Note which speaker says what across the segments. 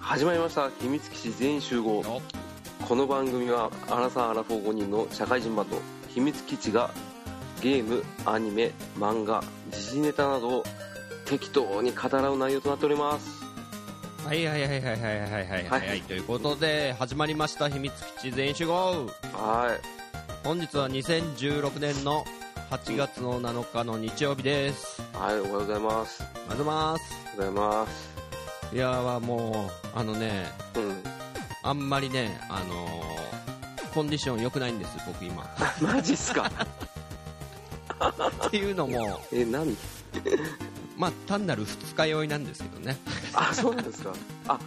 Speaker 1: 始まりました秘密基地全員集合
Speaker 2: の
Speaker 1: この番組はアラサーアラフォー5人の社会人バンド秘密基地がゲームアニメ漫画時事ネタなどを適当に語らう内容となっております
Speaker 2: はいはいはいはいはいはいはいはい、
Speaker 1: はい
Speaker 2: ということで始まりました秘密基地全員集合
Speaker 1: は
Speaker 2: 本日は2016年の8月の7日の日曜日です
Speaker 1: いはいおはようございます
Speaker 2: おはようございます
Speaker 1: おはようございます
Speaker 2: いやーもうあのね
Speaker 1: うん
Speaker 2: あんまりねあのーコンディション良くないんです僕 今
Speaker 1: マジっすか
Speaker 2: っていうのも
Speaker 1: え何
Speaker 2: まあ単なる二日酔いなんですけどね
Speaker 1: あそうなんですかあ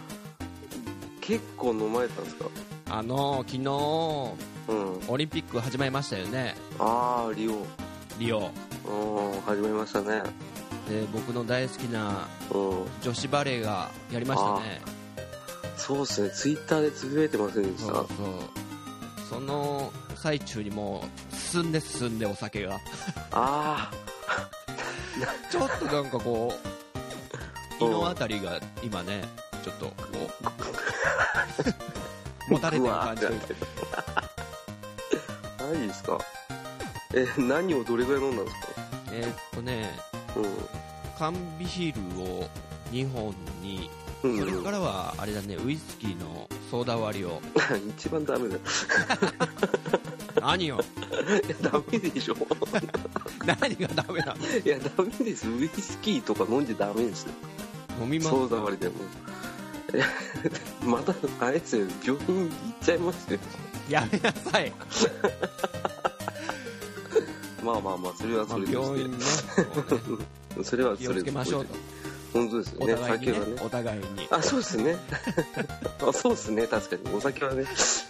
Speaker 1: 結構飲まれたんですか
Speaker 2: あのー昨
Speaker 1: うん
Speaker 2: 日オリンピック始まりましたよね
Speaker 1: ああリオ
Speaker 2: リオ
Speaker 1: うん始まりましたね
Speaker 2: で僕の大好きな
Speaker 1: うん
Speaker 2: 女子バレーがやりましたね
Speaker 1: そうっすねツイッターでつぶれてませんでし
Speaker 2: そ
Speaker 1: た
Speaker 2: うそうその最中にもう進んで進んでお酒 が
Speaker 1: ああ
Speaker 2: ちょっとなんかこう胃
Speaker 1: うん
Speaker 2: のあたりが今ねちょっとこ うもたれてる感じというか
Speaker 1: マジですかえ何をどれぐらい飲んだんです
Speaker 2: えーっとね
Speaker 1: か
Speaker 2: 缶ビールを2本に
Speaker 1: うん
Speaker 2: それ
Speaker 1: うん
Speaker 2: からはあれだねウイスキーのソーダ割りを
Speaker 1: 一番ダメだよ
Speaker 2: 何 よ
Speaker 1: いやダメで しょ
Speaker 2: 何がダメなの
Speaker 1: いやダメですウイスキーとか飲んじゃダメですよ
Speaker 2: 飲みます
Speaker 1: そうだわりでも いやまたあれですよ病院行っちゃいますよ
Speaker 2: やめなさい、
Speaker 1: まあまあまあそれは
Speaker 2: ま
Speaker 1: そ
Speaker 2: あ
Speaker 1: れでし
Speaker 2: 病
Speaker 1: て
Speaker 2: 院 ねそうね
Speaker 1: それはそ
Speaker 2: 気
Speaker 1: れ
Speaker 2: を
Speaker 1: で
Speaker 2: つけましょうと
Speaker 1: 本当ですよ
Speaker 2: お
Speaker 1: ね
Speaker 2: 互いに
Speaker 1: 酒
Speaker 2: ね
Speaker 1: はね
Speaker 2: お互いに
Speaker 1: あそうですね あそうですね確かにお酒はね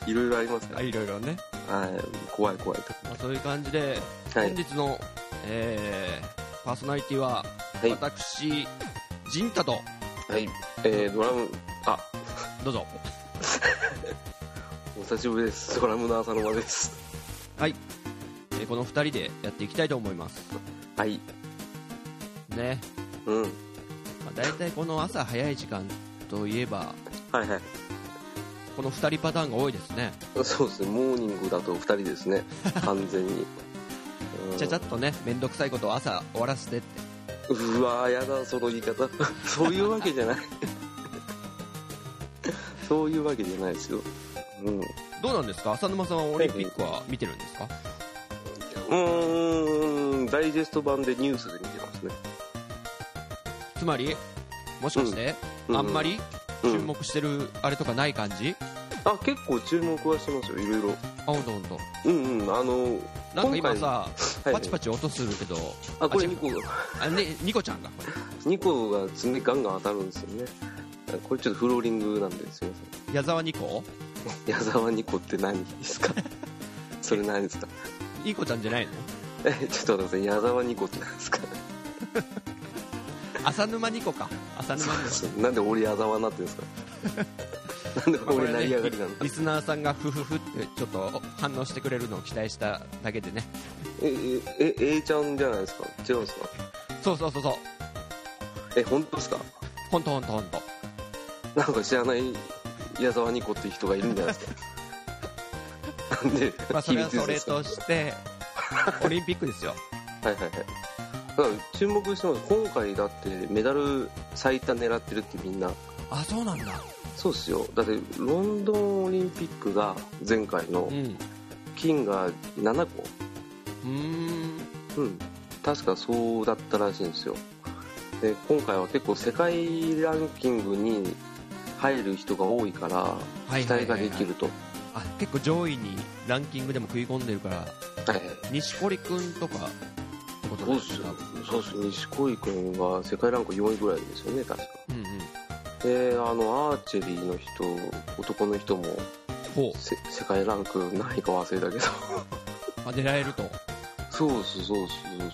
Speaker 1: いろいろありますか
Speaker 2: あいろいろね、
Speaker 1: らはい怖い怖い
Speaker 2: まあ、そういう感じで、
Speaker 1: とはい
Speaker 2: 本日の、えーパーソナリティは、
Speaker 1: はい
Speaker 2: 私ジンタと
Speaker 1: はい、えー、ドラム、あ、
Speaker 2: どうぞ
Speaker 1: お久しぶりです。ドラムの浅野間です。
Speaker 2: えーこの2人でやっていきたいと思います
Speaker 1: はい、
Speaker 2: ね、
Speaker 1: うん、は
Speaker 2: まあ、大体この朝早い時間といえば
Speaker 1: いは
Speaker 2: この2人パターンが多いですね
Speaker 1: い。そうですね、モーニングだと2人です ね、完全に。うん
Speaker 2: ちゃちゃっとね面倒くさいことを朝終わらせてって
Speaker 1: うわー、やだ、その言い方。 そういうわけじゃない。 そういうわけじゃないですよ。うん。う
Speaker 2: どうなんですか浅沼さんはオリンピックは見てるんですか
Speaker 1: ーん、ダイジェスト版でニュースで見てますね。
Speaker 2: つまりもしかして、
Speaker 1: う
Speaker 2: あんまり
Speaker 1: うん
Speaker 2: 注目してるあれとかない感じ、
Speaker 1: あ、結構注目はしてますよ、いろいろ。
Speaker 2: あほんとほんと
Speaker 1: うんうん、あの、
Speaker 2: なんか今さ、
Speaker 1: はい
Speaker 2: パチパチ音するけど、
Speaker 1: あ、これ
Speaker 2: あ違う
Speaker 1: ニコが。
Speaker 2: あね、ニコちゃんがこ
Speaker 1: 2個が積んでガンガン当たるんですよねこれちょっとフローリングなんですよ
Speaker 2: れ矢沢ニコ
Speaker 1: 矢沢2個って何です かそれ何ですか
Speaker 2: ニコちゃんじゃないの
Speaker 1: えちょっと待ってください矢沢2個って何ですか
Speaker 2: 浅沼ニコか。浅沼ニ コ。
Speaker 1: なんで俺矢沢になってるんです かなんで俺成り上がりなの、
Speaker 2: リスナーさんがフフフってちょっと反応してくれるのを期待しただけでね。
Speaker 1: えええ A ちゃんじゃないですか違うんですか
Speaker 2: そうそうそうそう。
Speaker 1: え本当ですか
Speaker 2: ほんとほんとほんと。
Speaker 1: なんか知らない矢沢2個っていう人がいるんじゃないです かなんで、
Speaker 2: まあそれはそれ
Speaker 1: は
Speaker 2: として、オリンピックですよ。
Speaker 1: いはいはいだから注目してます今回だってメダル最多狙ってるってみんな
Speaker 2: あ、そうなんだ。
Speaker 1: そうっすよだってロンドンオリンピックが前回の
Speaker 2: うん。う
Speaker 1: 金が7個
Speaker 2: ーん。
Speaker 1: うん確かそうだったらしいんですよで今回は結構世界ランキングに入る人が多いから
Speaker 2: はい
Speaker 1: 期
Speaker 2: は
Speaker 1: 待が
Speaker 2: いはい、は
Speaker 1: で
Speaker 2: い
Speaker 1: き。ると
Speaker 2: あ、結構上位にランキングでも食い込んでるから、
Speaker 1: はい
Speaker 2: 錦織くんとか、ってこと
Speaker 1: そ
Speaker 2: な
Speaker 1: うんっ
Speaker 2: ですす
Speaker 1: よ
Speaker 2: か。
Speaker 1: そうっす錦織君が世界ランク4位ぐらいですよね確か
Speaker 2: うんうん。
Speaker 1: であのアーチェリーの人男の人も
Speaker 2: ほう。
Speaker 1: せ世界ランク何位か忘れたけど
Speaker 2: あ、狙えると。
Speaker 1: そうっすそうっすそうっ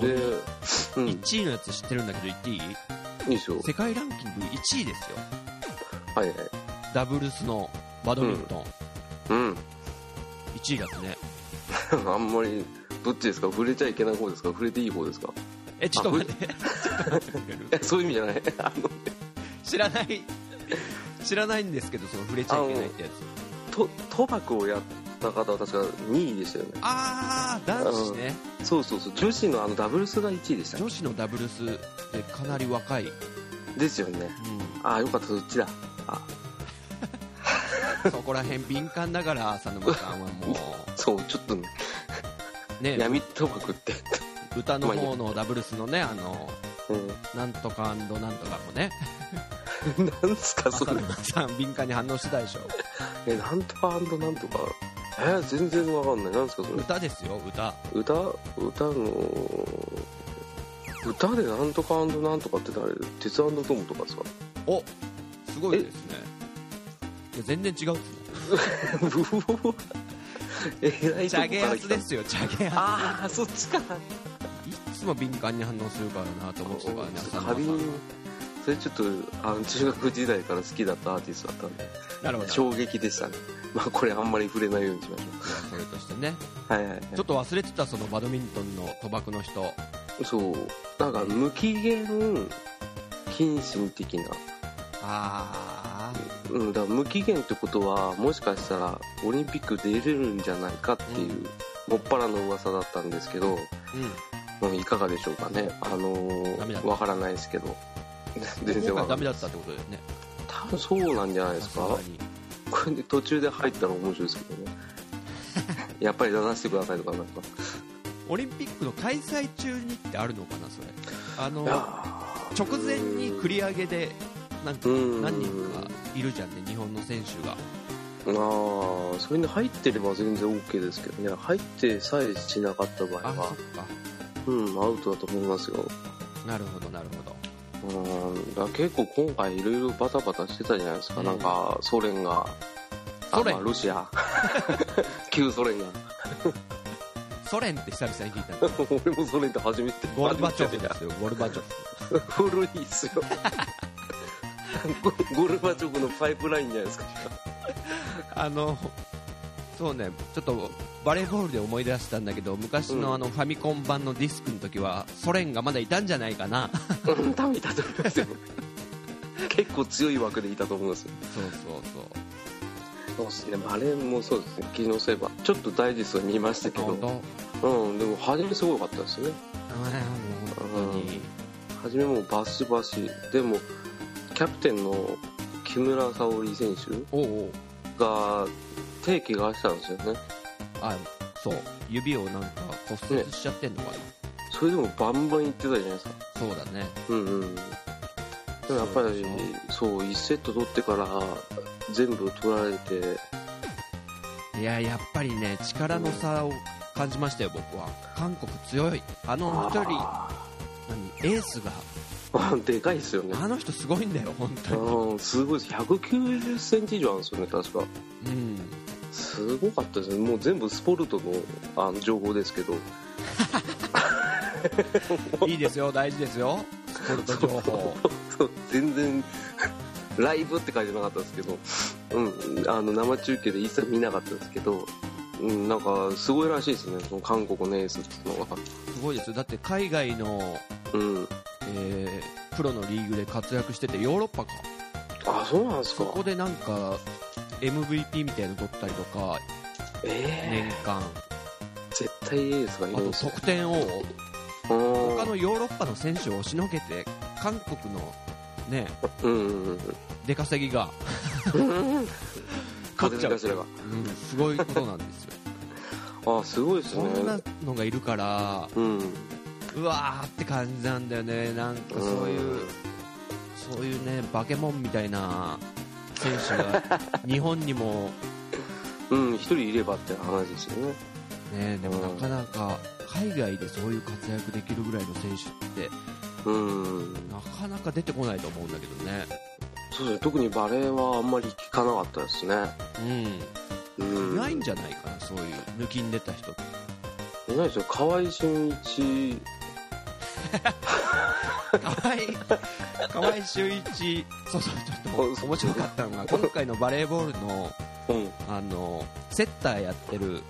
Speaker 1: すでうんい
Speaker 2: 1位のやつ知ってるんだけど言っていい
Speaker 1: いですよ
Speaker 2: 世界ランキング1位ですよ
Speaker 1: はいはい
Speaker 2: ダブルスのバドミントン、
Speaker 1: うん
Speaker 2: 1位だったね
Speaker 1: あんまりどっちですか触れちゃいけない方ですか触れていい方ですか
Speaker 2: えちょっと 待ってちょっと待ってくれる
Speaker 1: えそういう意味じゃないあの
Speaker 2: 知らない知らないんですけど、その触れちゃいけないってや つ。
Speaker 1: と賭博をやった方は確か2位でしたよね
Speaker 2: あー、男子ね。
Speaker 1: そうそうそう女子のあのダブルスが1位でした
Speaker 2: 女子のダブルスでかなり若い。
Speaker 1: ですよねああよかったそっちだあ
Speaker 2: うん、そこら辺敏感だから、浅沼さんはも
Speaker 1: そうちょっとね
Speaker 2: う。ね、
Speaker 1: 闇賭博って、
Speaker 2: 歌の方のダブルスのね、あの、
Speaker 1: う
Speaker 2: なんとかなんとかもね、
Speaker 1: ん、 なんすかそ
Speaker 2: 浅
Speaker 1: れ
Speaker 2: 沼さん敏感に反応してたでしょ。
Speaker 1: えなんとかなんとかえー全然わかんないなんすかそれ
Speaker 2: 歌ですよ、歌。
Speaker 1: 歌歌の歌でなんとかなんとかって誰鉄トムとかです か
Speaker 2: おすごいですね。いや全然違うっすね。
Speaker 1: うおえらい
Speaker 2: チ
Speaker 1: とこか
Speaker 2: ャゲ
Speaker 1: ら
Speaker 2: ア
Speaker 1: 来
Speaker 2: ス
Speaker 1: た
Speaker 2: ですよ、チャゲア
Speaker 1: ああそっちか
Speaker 2: ス。いつも敏感に反応するからなと思ってたからね、浅沼
Speaker 1: 花
Speaker 2: さんは
Speaker 1: 瓶それちょっとあの中学時代から好きだったアーティストだったんで
Speaker 2: なるほど。
Speaker 1: 衝撃でしたねまあこれあんまり触れないようにしましょ
Speaker 2: それとしてね。
Speaker 1: うはいはいはい
Speaker 2: ちょっと忘れてた、そのバドミントンの賭博の人。
Speaker 1: そうなんか無期限謹慎的な、
Speaker 2: あー、
Speaker 1: うん、だから無期限ってことはもしかしたらオリンピック出れるんじゃないかっていう、もっぱらの噂だったんですけど、
Speaker 2: う
Speaker 1: うん、いかがでしょうかねあの
Speaker 2: ダメだっ
Speaker 1: ー、
Speaker 2: た
Speaker 1: わからないですけど全
Speaker 2: ん。
Speaker 1: 然
Speaker 2: 今
Speaker 1: わか
Speaker 2: 回ダ
Speaker 1: ん
Speaker 2: メ
Speaker 1: ない
Speaker 2: だったってことだよね。
Speaker 1: 多分そうなんじゃないですか
Speaker 2: さすがに
Speaker 1: これで途中で入ったら面白いです けどねやっぱり出させてくださいとかなんか
Speaker 2: オリンピックの開催中にってあるのかな、それ。あの
Speaker 1: い、やー
Speaker 2: 直前に繰り上げで、なんか、
Speaker 1: うん
Speaker 2: 何人かいるじゃんね、日本の選手が。
Speaker 1: ああそれに入ってれば全然 OK ですけどね入ってさえしなかった場合
Speaker 2: あ、
Speaker 1: は
Speaker 2: そっか。
Speaker 1: うんアウトだと思いますよ
Speaker 2: なるほど、なるほど。
Speaker 1: うんだから結構今回いろいろバタバタしてたじゃないですか、
Speaker 2: うん
Speaker 1: なんかソ連があ
Speaker 2: ソ連
Speaker 1: まあロシ ア旧ソ連が
Speaker 2: ソ連って久々に聞いたん だ
Speaker 1: 俺もソ連って初めて
Speaker 2: ゴルバチョフで
Speaker 1: だ
Speaker 2: すよ、ゴルバ チョフ。
Speaker 1: 古いっすよ ゴゴルバチョフのパイプラインじゃないですか
Speaker 2: あのそうねちょっとバレーボールで思い出したんだけど昔
Speaker 1: う
Speaker 2: の
Speaker 1: ん
Speaker 2: あのファミコン版のディスクの時はソ連がまだいたんじゃないかな
Speaker 1: うん多分いたと思いますよ結構強い枠でいたと思うんですよ
Speaker 2: そうそう
Speaker 1: そうですねバレーもそうですね昨日そういえばちょっとダイジェストに見ましたけ
Speaker 2: そう
Speaker 1: ど
Speaker 2: 本当
Speaker 1: うんでも初めすごかったですね
Speaker 2: あーもう本当に
Speaker 1: 初めもうバシバシでもキャプテンの木村沙織選手
Speaker 2: おうおう
Speaker 1: が手怪我したんですよね
Speaker 2: あそう指をなんか骨折しちゃってんのかな、
Speaker 1: それでもバンバンいってたじゃないですか
Speaker 2: そうだね
Speaker 1: うんうんでもやっぱ
Speaker 2: そう
Speaker 1: り
Speaker 2: でし
Speaker 1: そう1セット取ってから全部取られて
Speaker 2: いややっぱりね力の差を感じましたよ僕は韓国強いあの一人
Speaker 1: あ
Speaker 2: 何エースが
Speaker 1: ー でかいですよね
Speaker 2: あの人すごいんだよ本当に
Speaker 1: うん、すごいです。190センチ以上あるんですよね、確か。
Speaker 2: うん
Speaker 1: すごかったですね。もう全部スポルトのあの情報ですけど。
Speaker 2: いいですよ、大事ですよ、スポルト情報。
Speaker 1: そう全然、ライブって書いてなかったですけど、うん、あの、生中継で一切見なかったですけど、うん、なんか、すごいらしいですね、その韓国のエースっていうのが。
Speaker 2: すごいですよ、だって海外の、
Speaker 1: うん。
Speaker 2: えープロのリーグで活躍してて、ヨーロッパか、
Speaker 1: あ、そうなんです
Speaker 2: そ
Speaker 1: か。
Speaker 2: こでなんか、MVP みたいなの取ったりとか、年
Speaker 1: え
Speaker 2: 間、
Speaker 1: え絶対エースがい
Speaker 2: あ
Speaker 1: るん
Speaker 2: と
Speaker 1: ですよ。
Speaker 2: 得点王、
Speaker 1: うん
Speaker 2: 他のヨーロッパの選手を押しのけて、韓国のね、
Speaker 1: うんうん
Speaker 2: 出稼ぎが
Speaker 1: うん。うん。
Speaker 2: 勝っちゃう
Speaker 1: 風邪の頭が
Speaker 2: うん、すごいことなんですよ、
Speaker 1: あ、すごいです
Speaker 2: そんな
Speaker 1: ね。
Speaker 2: のがいるから、
Speaker 1: うん。
Speaker 2: うわーって感じなんだよね、なんかそういう。そういうね、バケモンみたいな選手が日本にも、
Speaker 1: うん、一人いればって話ですよね。
Speaker 2: ね、でもなかなか海外でそういう活躍できるぐらいの選手って
Speaker 1: うん。
Speaker 2: なかなか出てこないと思うんだけどね。
Speaker 1: そうですね。特にバレーはあんまり聞かなかったですね。う
Speaker 2: うん。
Speaker 1: ん。
Speaker 2: いないん
Speaker 1: ゃ
Speaker 2: じゃないかな、そういう抜きに出た人って。
Speaker 1: いないですよ。河合俊一、
Speaker 2: 河合、河合修一、そうそう、ちょっと面白かった のが、今回のバレーボールの、
Speaker 1: うん。
Speaker 2: あの、セッターやってる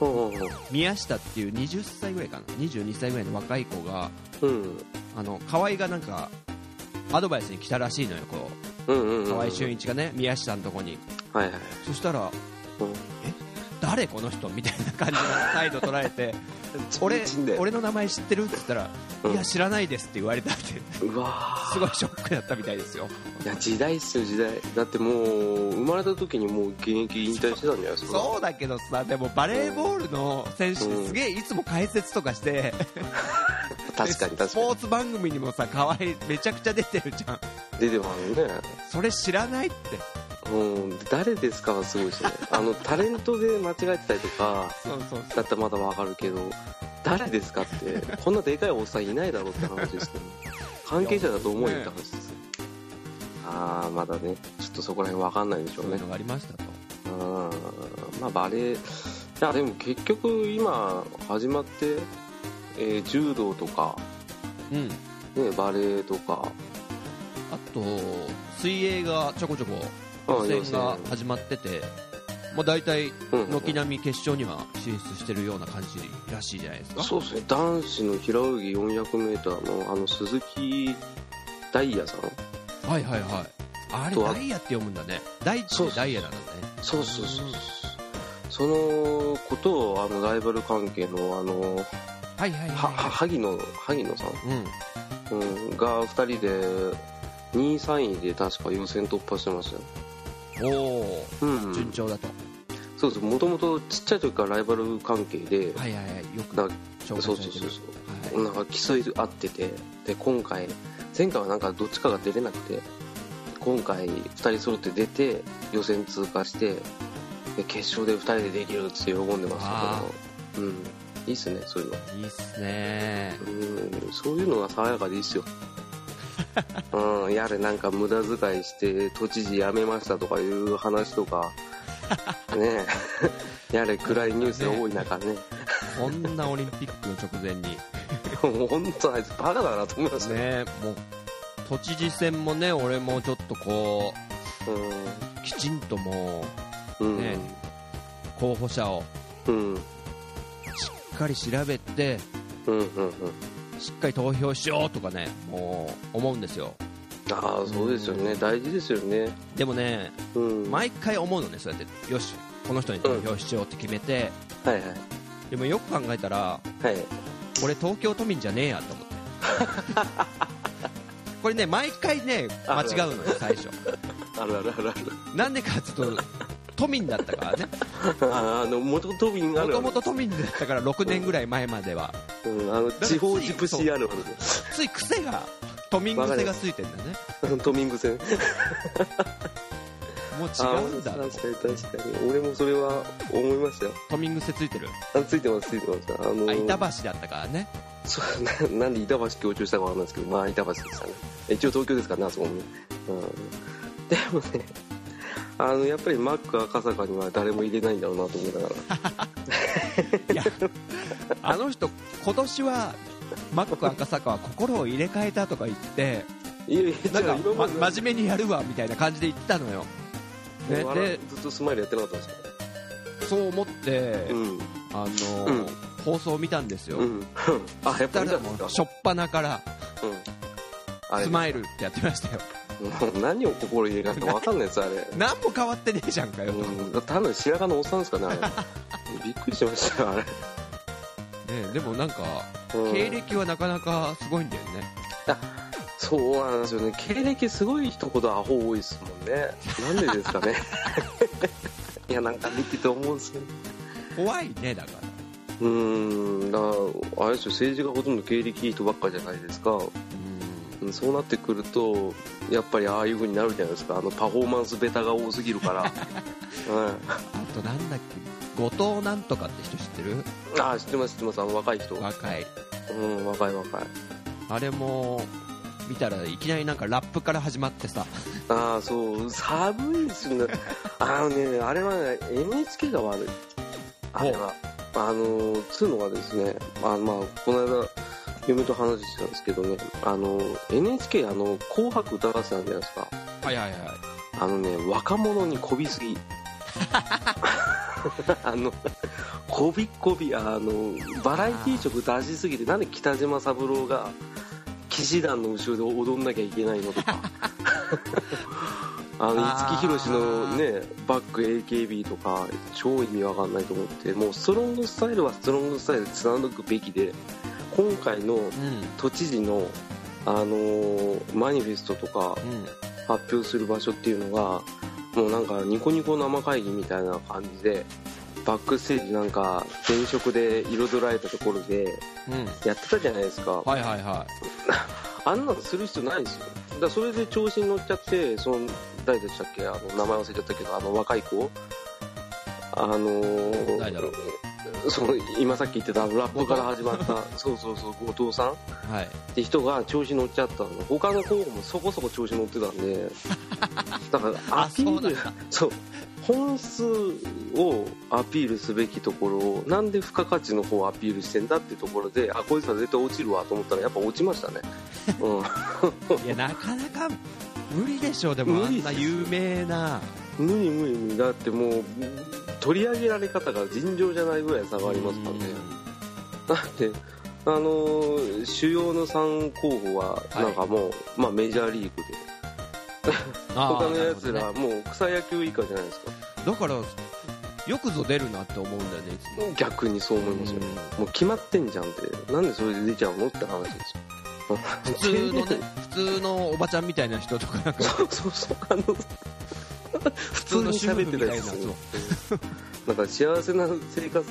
Speaker 1: うん。うん。
Speaker 2: 宮下っていう20歳ぐらいかな、22歳ぐらいの若い子が、
Speaker 1: うん。
Speaker 2: あの河合がなんかアドバイスに来たらしいのよこう
Speaker 1: うんうんうん
Speaker 2: 河合俊一がね宮下のとこに
Speaker 1: はいはい
Speaker 2: そしたら
Speaker 1: うん
Speaker 2: 誰この人みたいな感じの態度取られて 俺
Speaker 1: ちんだよ
Speaker 2: 俺の名前知ってるって言ったら、
Speaker 1: うん
Speaker 2: いや知らないですって言われ たってす
Speaker 1: うわー
Speaker 2: ごいショックだったみたいですよ
Speaker 1: いや時代っすよ時代だってもう生まれた時にもう現役引退してたんじゃないですか
Speaker 2: そうだけどさでもバレーボールの選手
Speaker 1: うん
Speaker 2: すげえいつも解説とかして、
Speaker 1: 確かに
Speaker 2: で
Speaker 1: 確
Speaker 2: ス
Speaker 1: か
Speaker 2: ポーツ番組にもさ河合めちゃくちゃ出てるじゃん
Speaker 1: に出てますね
Speaker 2: それ知らないって
Speaker 1: うん誰ですかはすごいしねあのタレントで間違えてたりとか
Speaker 2: そうそう
Speaker 1: だったらまだわかるけど誰ですかってこんなでかいおっさんいないだろうって話ですけど関係者だと思うよって話ですよああまだねちょっとそこら辺わかんないでしょ
Speaker 2: そううい
Speaker 1: ね
Speaker 2: うのがありましたと
Speaker 1: うんまあバレーいやでも結局今始まって、えー柔道とか、
Speaker 2: うん
Speaker 1: ね、バレーとか
Speaker 2: あと水泳がちょこちょこ予選が始まってて、まあ、大体
Speaker 1: うん
Speaker 2: 軒並み決勝には進出してるような感じらしいじゃないですか
Speaker 1: そうですね男子の平泳ぎ 400m のあの鈴木ダイヤさん
Speaker 2: はいはいはいあれ
Speaker 1: とは
Speaker 2: ダイヤって読むんだね大地
Speaker 1: そう
Speaker 2: で
Speaker 1: そう
Speaker 2: ダイヤなんだね
Speaker 1: そうそうそうそのことをあのライバル関係のあの
Speaker 2: はいはいはい
Speaker 1: はは萩野萩野さん
Speaker 2: うん
Speaker 1: うんが2人で2位3位で確か予選突破してましたよ、
Speaker 2: おお
Speaker 1: うん
Speaker 2: 順調だと、
Speaker 1: そうですもともとちっちゃい時からライバル関係で、
Speaker 2: はいはいはいよく
Speaker 1: な
Speaker 2: 紹
Speaker 1: んか
Speaker 2: 介さ
Speaker 1: そ
Speaker 2: れ
Speaker 1: うそう
Speaker 2: て
Speaker 1: そ
Speaker 2: る
Speaker 1: うそう
Speaker 2: はい
Speaker 1: なんか競い合っててで今回前回はなんかどっちかが出れなくて今回2人揃って出て予選通過してで決勝で2人でできるって喜んでましたけど、うん、いいっすねそういうの、
Speaker 2: いいっすね
Speaker 1: うん、そういうのが爽やかでいいっすようん、やれなんか無駄遣いして都知事辞めましたとかいう話とかね えやれ暗いニュースが多い中ね
Speaker 2: こんなオリンピックの直前に
Speaker 1: もう本当あいつバカだなと思いましたね、
Speaker 2: ねもう都知事選もね俺もちょっとこうきちんとも
Speaker 1: うん
Speaker 2: う
Speaker 1: うん、
Speaker 2: ね、候補者を
Speaker 1: うん
Speaker 2: しっかり調べて
Speaker 1: うんうんうん、
Speaker 2: しっかり投票しようとかねもう思うんですよ
Speaker 1: ああそうですよね、
Speaker 2: うん
Speaker 1: 大事ですよね、
Speaker 2: でもね
Speaker 1: うん、はい
Speaker 2: 毎回思うのねそうやってよしこの人に投票しようって決めて、
Speaker 1: はい
Speaker 2: でもよく考えたら
Speaker 1: はい
Speaker 2: 俺東京都民じゃねえやと思って これね毎回ね間違うのよ最初
Speaker 1: あらららら
Speaker 2: なんでかっていうと都民だったからね
Speaker 1: ああの元々都民
Speaker 2: も
Speaker 1: ある
Speaker 2: と
Speaker 1: ある
Speaker 2: もと都民だったから6年ぐらい前までは
Speaker 1: うん、あの
Speaker 2: から
Speaker 1: 地方ジプシーあるある
Speaker 2: つい癖が都民癖がついてんだね
Speaker 1: うん都民癖違
Speaker 2: もう違うんだ
Speaker 1: 確かに確かに俺もそれは思いましたよ
Speaker 2: 都民癖ついてる
Speaker 1: あついてますついてますあの
Speaker 2: あ板橋だったからね
Speaker 1: そうななんで板橋強調したかわかんないですけどまあ板橋でしたね一応東京ですからねあそこもね、うん、でもねあのやっぱりマック赤坂には誰も入れないんだろうなと思いながら
Speaker 2: いやあの人今年はマック赤坂は心を入れ替えたとか言って
Speaker 1: いやいや
Speaker 2: なん
Speaker 1: じゃ
Speaker 2: か
Speaker 1: あ、今まで
Speaker 2: ま真面目にやるわみたいな感じで言ってたのよ、ね、
Speaker 1: 笑
Speaker 2: で
Speaker 1: ずっとスマイルやってなかったんですか
Speaker 2: そう思って、
Speaker 1: うん
Speaker 2: あのー
Speaker 1: うん
Speaker 2: 放送を見たんですよ、
Speaker 1: うん あやっぱ見たんですか
Speaker 2: しょっぱなから
Speaker 1: うんあれ
Speaker 2: スマイルってやってましたよ
Speaker 1: うん何を心入れなくて分かんないですあれ
Speaker 2: 何も変わってねえじゃんかよ、ね
Speaker 1: うん単なる白髪のおっさんですかねあれ びっくりしましたよあれ
Speaker 2: でもなんか
Speaker 1: うん
Speaker 2: 経歴はなかなかすごいんだよね
Speaker 1: そうなんですよね経歴すごい人ほどアホ多いですもんねなんでですかね いやなんか見てて思うんですよね
Speaker 2: 怖いねだか
Speaker 1: うーんだからあれですよ政治がほとんど経歴いい人ばっかじゃないですからうんそうなってくるとやっぱりああいう風になるじゃないですかあのパフォーマンスベタが多すぎる から、う
Speaker 2: あとなんだっけ後藤なんとかって人知ってる
Speaker 1: ん、ああ知ってます知ってますあの若い人
Speaker 2: 若い
Speaker 1: うん若い若い
Speaker 2: あれも見たらいきなりなんかラップから始まってさ
Speaker 1: ああそう寒いですねあのねあれはね NHK が悪いあれはあのつうのがですねあまあこの間嫁と話してたんですけどねあの NHK あの「紅白歌合戦」あるじゃないですか
Speaker 2: はいはいはい
Speaker 1: あのね、若者にこびすぎ。 あの、こびこび、あの、バラエティー色出しすぎて、なんで北島三郎が、騎士団の後ろで踊んなきゃいけないのと かあの
Speaker 2: あー
Speaker 1: 五木ひろしのねバック AKB とか超意味わかんないと思ってもうストロングスタイルはストロングスタイルで貫くべきで今回の
Speaker 2: う
Speaker 1: 都知事の、あのーマニフェストとか
Speaker 2: んうん
Speaker 1: 発表する場所っていうのがもうなんかニコニコ生会議みたいな感じでバックステージなんか電飾で彩られたところで
Speaker 2: うん
Speaker 1: やってたじゃないですか
Speaker 2: はいはいは
Speaker 1: あんなのする必要ないですよだからそれで調子に乗っちゃってその誰でしたっけあの名前忘れちゃったけどあの若い子あのー
Speaker 2: 誰だろ
Speaker 1: その今さっき言ってたあのラップから始まったそうそうそう後藤さん
Speaker 2: いはい
Speaker 1: って人が調子乗っちゃったの他の候補もそこそこ調子乗ってたん でだからア
Speaker 2: あ
Speaker 1: ピ
Speaker 2: そう
Speaker 1: ー
Speaker 2: なん
Speaker 1: ル
Speaker 2: だ
Speaker 1: そう本数をアピールすべきところをなんで付加価値の方をアピールしてんだっていうところであこいつは絶対落ちるわと思ったらやっぱ落ちましたね、
Speaker 2: いやなかなか無理でしょうでもあ
Speaker 1: 無理
Speaker 2: ん
Speaker 1: です
Speaker 2: な有名な
Speaker 1: うん、無理無理無理だってもう取り上げられ方が尋常じゃないぐらい差がありますからねだってあのー主要の3候補はなんかもう、まあ、メジャーリーグで他のやつらはもう草野球以下じゃないですか
Speaker 2: だからよくぞ出るなって思うんだよねいつも
Speaker 1: 逆にそう思いますよ、もう決まってんじゃんってなんでそれで出ちゃうのって話ですよ
Speaker 2: 普通のね普通のおばちゃんみたいな人と かなんか
Speaker 1: そうそうそう あの普
Speaker 2: 普通の主婦みたいな
Speaker 1: やつ
Speaker 2: そう
Speaker 1: なんか幸せな生活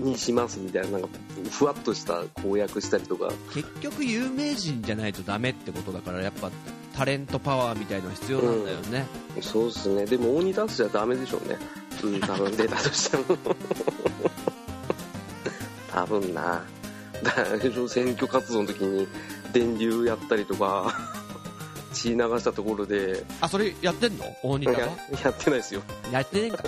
Speaker 1: にしますみたいななんかふわっとした公約したりとか
Speaker 2: 結局有名人じゃないとダメってことだからやっぱタレントパワーみたいのは必要なんだよね、
Speaker 1: そうっすねでも大に出すじゃダメでしょうねうん多分出たとしても 多分なだから選挙活動の時に電流やったりとか血流したところで
Speaker 2: あそれやってんの大仁
Speaker 1: いや
Speaker 2: 田は
Speaker 1: やってないですよ
Speaker 2: やってねえんか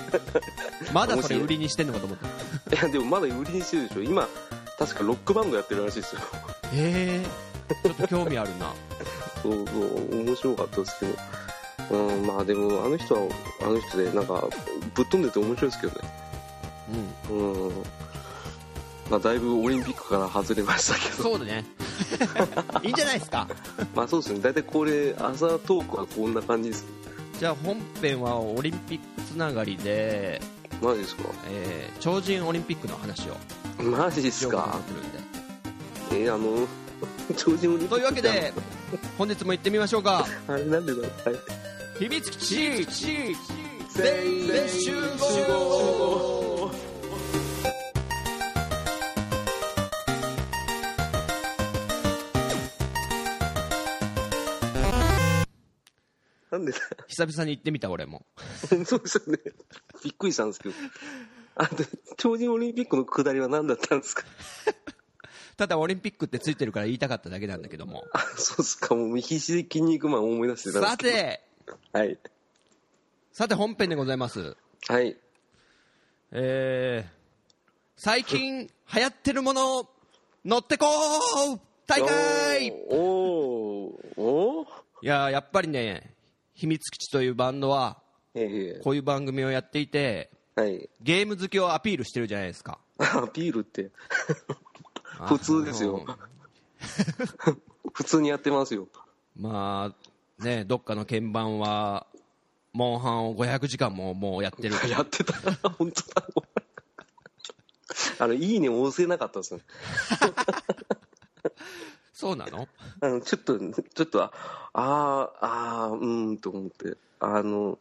Speaker 2: まだそれ売りにしてんのかと思ったへ
Speaker 1: いやでもまだ売りにしてるでしょ今確かロックバンドやってるらしいですよ
Speaker 2: えちょっと興味あるな
Speaker 1: そうそう面白かったですけどうんまあでもあの人はあの人でなんかぶっ飛んでて面白いですけどね
Speaker 2: うん
Speaker 1: うんまあだいぶオリンピックから外れましたけど
Speaker 2: そうだねいいんじゃないですか
Speaker 1: まあそうですね大体これ朝トークはこんな感じです
Speaker 2: じゃあ本編はオリンピックつながりで、
Speaker 1: マジですか
Speaker 2: えー超人オリンピックの話を
Speaker 1: マジです
Speaker 2: ようと
Speaker 1: か
Speaker 2: 思ってるんで
Speaker 1: えーあの 超人オリンピック
Speaker 2: というわけで本日も行ってみましょうか
Speaker 1: あれなんでだろうはい
Speaker 2: 秘密基地
Speaker 1: 全員
Speaker 2: 集合
Speaker 1: なんでだ
Speaker 2: 久々に行ってみた俺も
Speaker 1: そうですよね。びっくりしたんですけど。あと、超人オリンピックの下りは何だったんですか
Speaker 2: ただオリンピックってついてるから言いたかっただけなんだけども
Speaker 1: あそうっすか。もう必死で筋肉マンを思い出してたんです
Speaker 2: さ
Speaker 1: けど。
Speaker 2: て
Speaker 1: はい。
Speaker 2: さて本編でございます
Speaker 1: はい。
Speaker 2: えー、最近流行ってるもの乗ってこー大会い
Speaker 1: おーおーおー
Speaker 2: やーやっぱりね秘密基地というバンドは
Speaker 1: え
Speaker 2: こういう番組をやっていて
Speaker 1: えはい。
Speaker 2: ゲーム好きをアピールしてるじゃないですか
Speaker 1: アピールって、普通ですよ
Speaker 2: あの。
Speaker 1: 普通にやってますよ。
Speaker 2: まあねどっかの鍵盤はモンハンを500時間ももうやってる
Speaker 1: やってたな、本当だ。あの、いいねを押せなかったですね。
Speaker 2: そうなの
Speaker 1: あの、ちょっと、ちょっと、ああー、あーうーん、と思って、あの、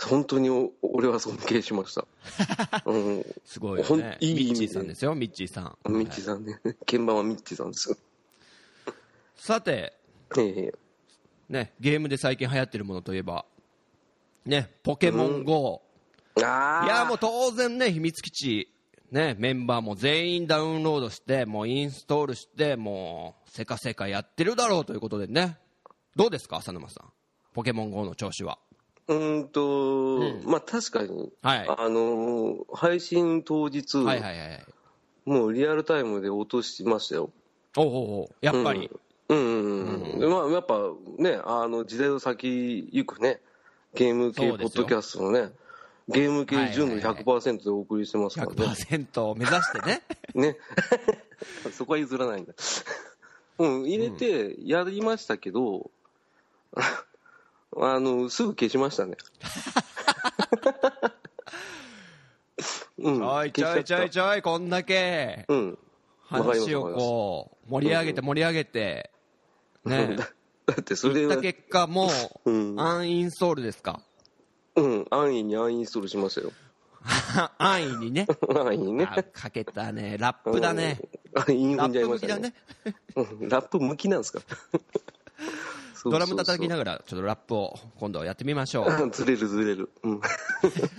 Speaker 1: 本当にお俺は尊敬しました。うん、
Speaker 2: すごい
Speaker 1: ほ
Speaker 2: よ
Speaker 1: ん
Speaker 2: ね
Speaker 1: いい
Speaker 2: ミ
Speaker 1: 意
Speaker 2: ッ
Speaker 1: 味
Speaker 2: チー
Speaker 1: で
Speaker 2: さんですよミッチーさん
Speaker 1: ミッチーさ
Speaker 2: はい
Speaker 1: んね。鍵盤はミッチーさんですよ。
Speaker 2: さて
Speaker 1: ええ
Speaker 2: ねゲームで最近流行ってるものといえばねポケモン GO、
Speaker 1: ああ。
Speaker 2: いやもう当然ね秘密基地ねメンバーも全員ダウンロードしてもうインストールしてもうせかせかやってるだろうということでねどうですか浅沼さんポケモン GO の調子は
Speaker 1: うーんと、まあ確かに、
Speaker 2: はい
Speaker 1: あの、配信当日、
Speaker 2: はいはいはいはい
Speaker 1: もうリアルタイムで落としましたよ。
Speaker 2: おうおうおうやっぱり、
Speaker 1: うんうんうん。まあやっぱね、あの、時代を先行くね、ゲーム系
Speaker 2: そ
Speaker 1: ポ
Speaker 2: うで
Speaker 1: ッ
Speaker 2: すよ
Speaker 1: ドキャストのね、ゲーム
Speaker 2: はい
Speaker 1: 系
Speaker 2: はい
Speaker 1: 純
Speaker 2: はい
Speaker 1: 度100%でお送りしてますからね。
Speaker 2: 100%を目指してね
Speaker 1: ね。そこは譲らないんだ。うん、入れてやりましたけど、 あの、すぐ消しました ね。うん、
Speaker 2: ちょいちょいちょ
Speaker 1: 消
Speaker 2: い
Speaker 1: し
Speaker 2: ちょい、こんだけ、
Speaker 1: たうん。わかります
Speaker 2: 話をこう、盛り上げて盛り上げて、ね、
Speaker 1: だだってそれ
Speaker 2: 言っ
Speaker 1: は
Speaker 2: た、結果、も
Speaker 1: う
Speaker 2: う、
Speaker 1: ん
Speaker 2: アンインストールですか。
Speaker 1: うん、安易にアンインストールしましたよ。
Speaker 2: 安易にね。
Speaker 1: 安易にね。
Speaker 2: あかけたね、ラップだね。
Speaker 1: うん。あ、イン
Speaker 2: ラ
Speaker 1: フ
Speaker 2: ッ
Speaker 1: じゃい
Speaker 2: プ
Speaker 1: ま
Speaker 2: 向
Speaker 1: し
Speaker 2: き
Speaker 1: た
Speaker 2: だ
Speaker 1: ね
Speaker 2: ね。。
Speaker 1: うんラップ向きなんですか
Speaker 2: ドラム叩きな
Speaker 1: が
Speaker 2: がら、ちょっとラップを今度やってみましょ
Speaker 1: ずれるずれる。うん。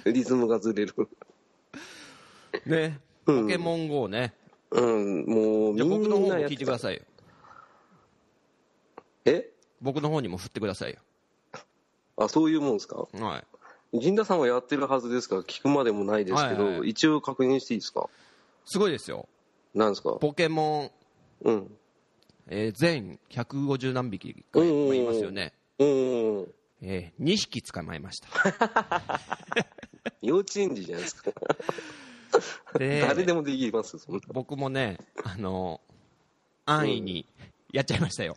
Speaker 1: リズムがずれる。
Speaker 2: う。ね。ポケモン GO ね。
Speaker 1: うん、もう
Speaker 2: じゃあ僕の
Speaker 1: みん
Speaker 2: 方も
Speaker 1: なやっ
Speaker 2: 聞い
Speaker 1: て
Speaker 2: てく
Speaker 1: た
Speaker 2: だ。さいよ。
Speaker 1: え
Speaker 2: 僕の方にも振ってください
Speaker 1: あ、そういうもんですか
Speaker 2: よ。はい。
Speaker 1: 陣田さんはやってるはずですから、聞くまでもないですけど、
Speaker 2: はいはい
Speaker 1: 一応確認していいですか
Speaker 2: すごいですよ。
Speaker 1: なんですか
Speaker 2: ポケモン、
Speaker 1: うん。
Speaker 2: えー全150何匹い
Speaker 1: うんうんうん
Speaker 2: ますよね。
Speaker 1: うんうん。
Speaker 2: え2匹捕まえました。
Speaker 1: 幼稚園児じゃないですか。
Speaker 2: で
Speaker 1: 誰でもできますよそんな。
Speaker 2: 僕もね、あの安易にやっちゃいましたよ。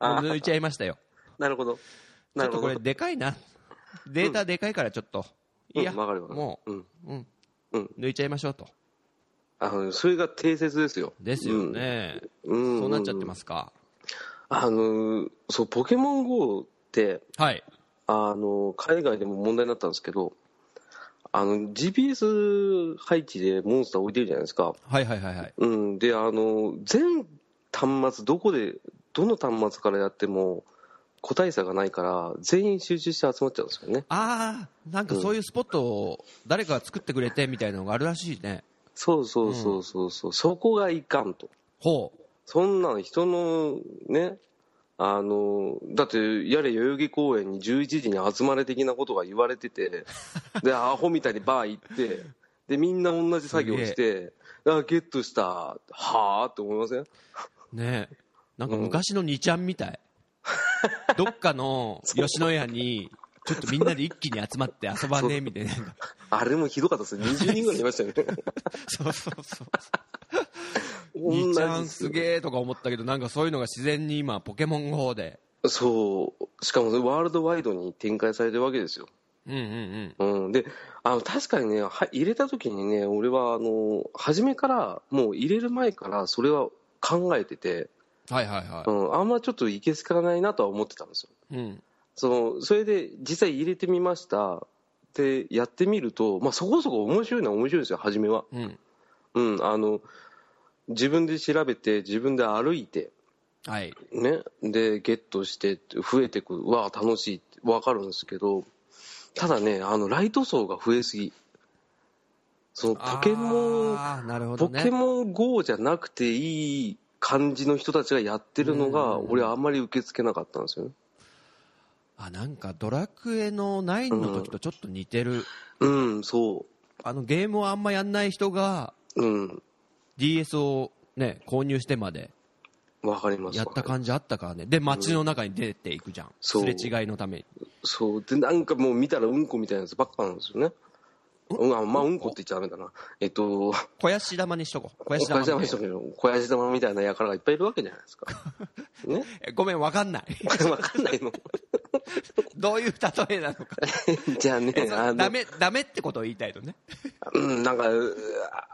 Speaker 1: あ
Speaker 2: 抜いちゃいましたよ。
Speaker 1: なるほど。
Speaker 2: ちょ
Speaker 1: な
Speaker 2: っ
Speaker 1: る
Speaker 2: と
Speaker 1: ほ
Speaker 2: こ
Speaker 1: ど
Speaker 2: れ。でかいな。データでかいからちょっと。
Speaker 1: うん
Speaker 2: いや、
Speaker 1: わかるわかる
Speaker 2: もう、
Speaker 1: うん。
Speaker 2: うん、
Speaker 1: うん。
Speaker 2: 抜いちゃいましょうと。
Speaker 1: あの、それが定説ですよ。
Speaker 2: ですよね。
Speaker 1: うん。うん。。
Speaker 2: そうなっちゃってますすか。
Speaker 1: あの、そう、ポケモン GO って、
Speaker 2: はい。
Speaker 1: あの、海外でも問題になったんですけど、あの、GPS 配置でモンスター置いてるじゃないですか。
Speaker 2: はいはいはいはい。
Speaker 1: うん、であの全端末どこでどの端末からやっても個体差がないから全員集中して集まっちゃうんですよね
Speaker 2: ああ、なんかそういうスポットを誰かが作ってくれてみたいなのがあるらしいね。
Speaker 1: そうそうそうそうそう、そこがいかんと
Speaker 2: ほう。
Speaker 1: そんなの人のねあのだってやれ代々木公園に11時に集まれ的なことが言われて てでアホみたいにバー行ってでみんな同じ作業してあゲットしたはあって思いません
Speaker 2: ねえなんか昔の2ちゃんみたい。どっかの吉野家に、ちょっとみんなで一気に集まって遊ばねえみたいな。
Speaker 1: あれもひどかったですね20人ぐらいいましたよ ね
Speaker 2: そうそうそう。
Speaker 1: 同じ
Speaker 2: 2ちゃ
Speaker 1: で
Speaker 2: ん
Speaker 1: すよ
Speaker 2: すげえとか思ったけど、なんかそういうのが自然に今、ポケモン GO で。
Speaker 1: そう、しかもそれワールドワイドに展開されてるわけですよ。
Speaker 2: うんうんうん。
Speaker 1: うん、であの確かにね、は入れた時にね、俺はあの初めから、もう入れる前からそれは考えてて、
Speaker 2: はいはいは
Speaker 1: うん、あんまちょっといけすかないなとは思ってたんですよ。
Speaker 2: い。うん。
Speaker 1: そのそれで実際入れてみました、でやってみると、まあ、そこそこ面白いのは面白いんですよ、初めは。
Speaker 2: うん。
Speaker 1: うん、あの自分で調べて、自分で歩いて、
Speaker 2: はい。
Speaker 1: ね、でゲットしてって増えてくうわあ楽しいって分かるんですけどただねあのライト層が増えすぎそのポケモン、
Speaker 2: あーなるほど
Speaker 1: ポ
Speaker 2: ね。
Speaker 1: ケモン GO じゃなくていい感じの人たちがやってるのが
Speaker 2: うん
Speaker 1: 俺あんまり受け付けなかったんですよね
Speaker 2: あ、なんかドラクエの9の時とちょっと似てる。
Speaker 1: うんそ
Speaker 2: あのゲームをあんまやんない人が
Speaker 1: ううん
Speaker 2: DS をね、購入してまで
Speaker 1: 分かります
Speaker 2: やった感じあったからね。で、街の中に出ていくじゃん。
Speaker 1: そ
Speaker 2: す
Speaker 1: う
Speaker 2: れ違いのために。
Speaker 1: そうでなんかもう見たらうんこみたいなやつばっかなんですよねうんあまあうんこって言っちゃダメだなえっと
Speaker 2: 小屋し玉にしとこう。小屋し
Speaker 1: 小林
Speaker 2: 玉
Speaker 1: 玉
Speaker 2: に
Speaker 1: に
Speaker 2: し
Speaker 1: し
Speaker 2: と
Speaker 1: と
Speaker 2: こ
Speaker 1: けよ小林玉みたいな輩がいっぱいいるわけじゃない ですかね
Speaker 2: う。ごめん、わか んない。
Speaker 1: わかん ないの。
Speaker 2: どういう例えなのか。
Speaker 1: じゃあね、あ
Speaker 2: ダ
Speaker 1: の、
Speaker 2: メ、ダメってことを言いたいのね。
Speaker 1: うん、なんか、う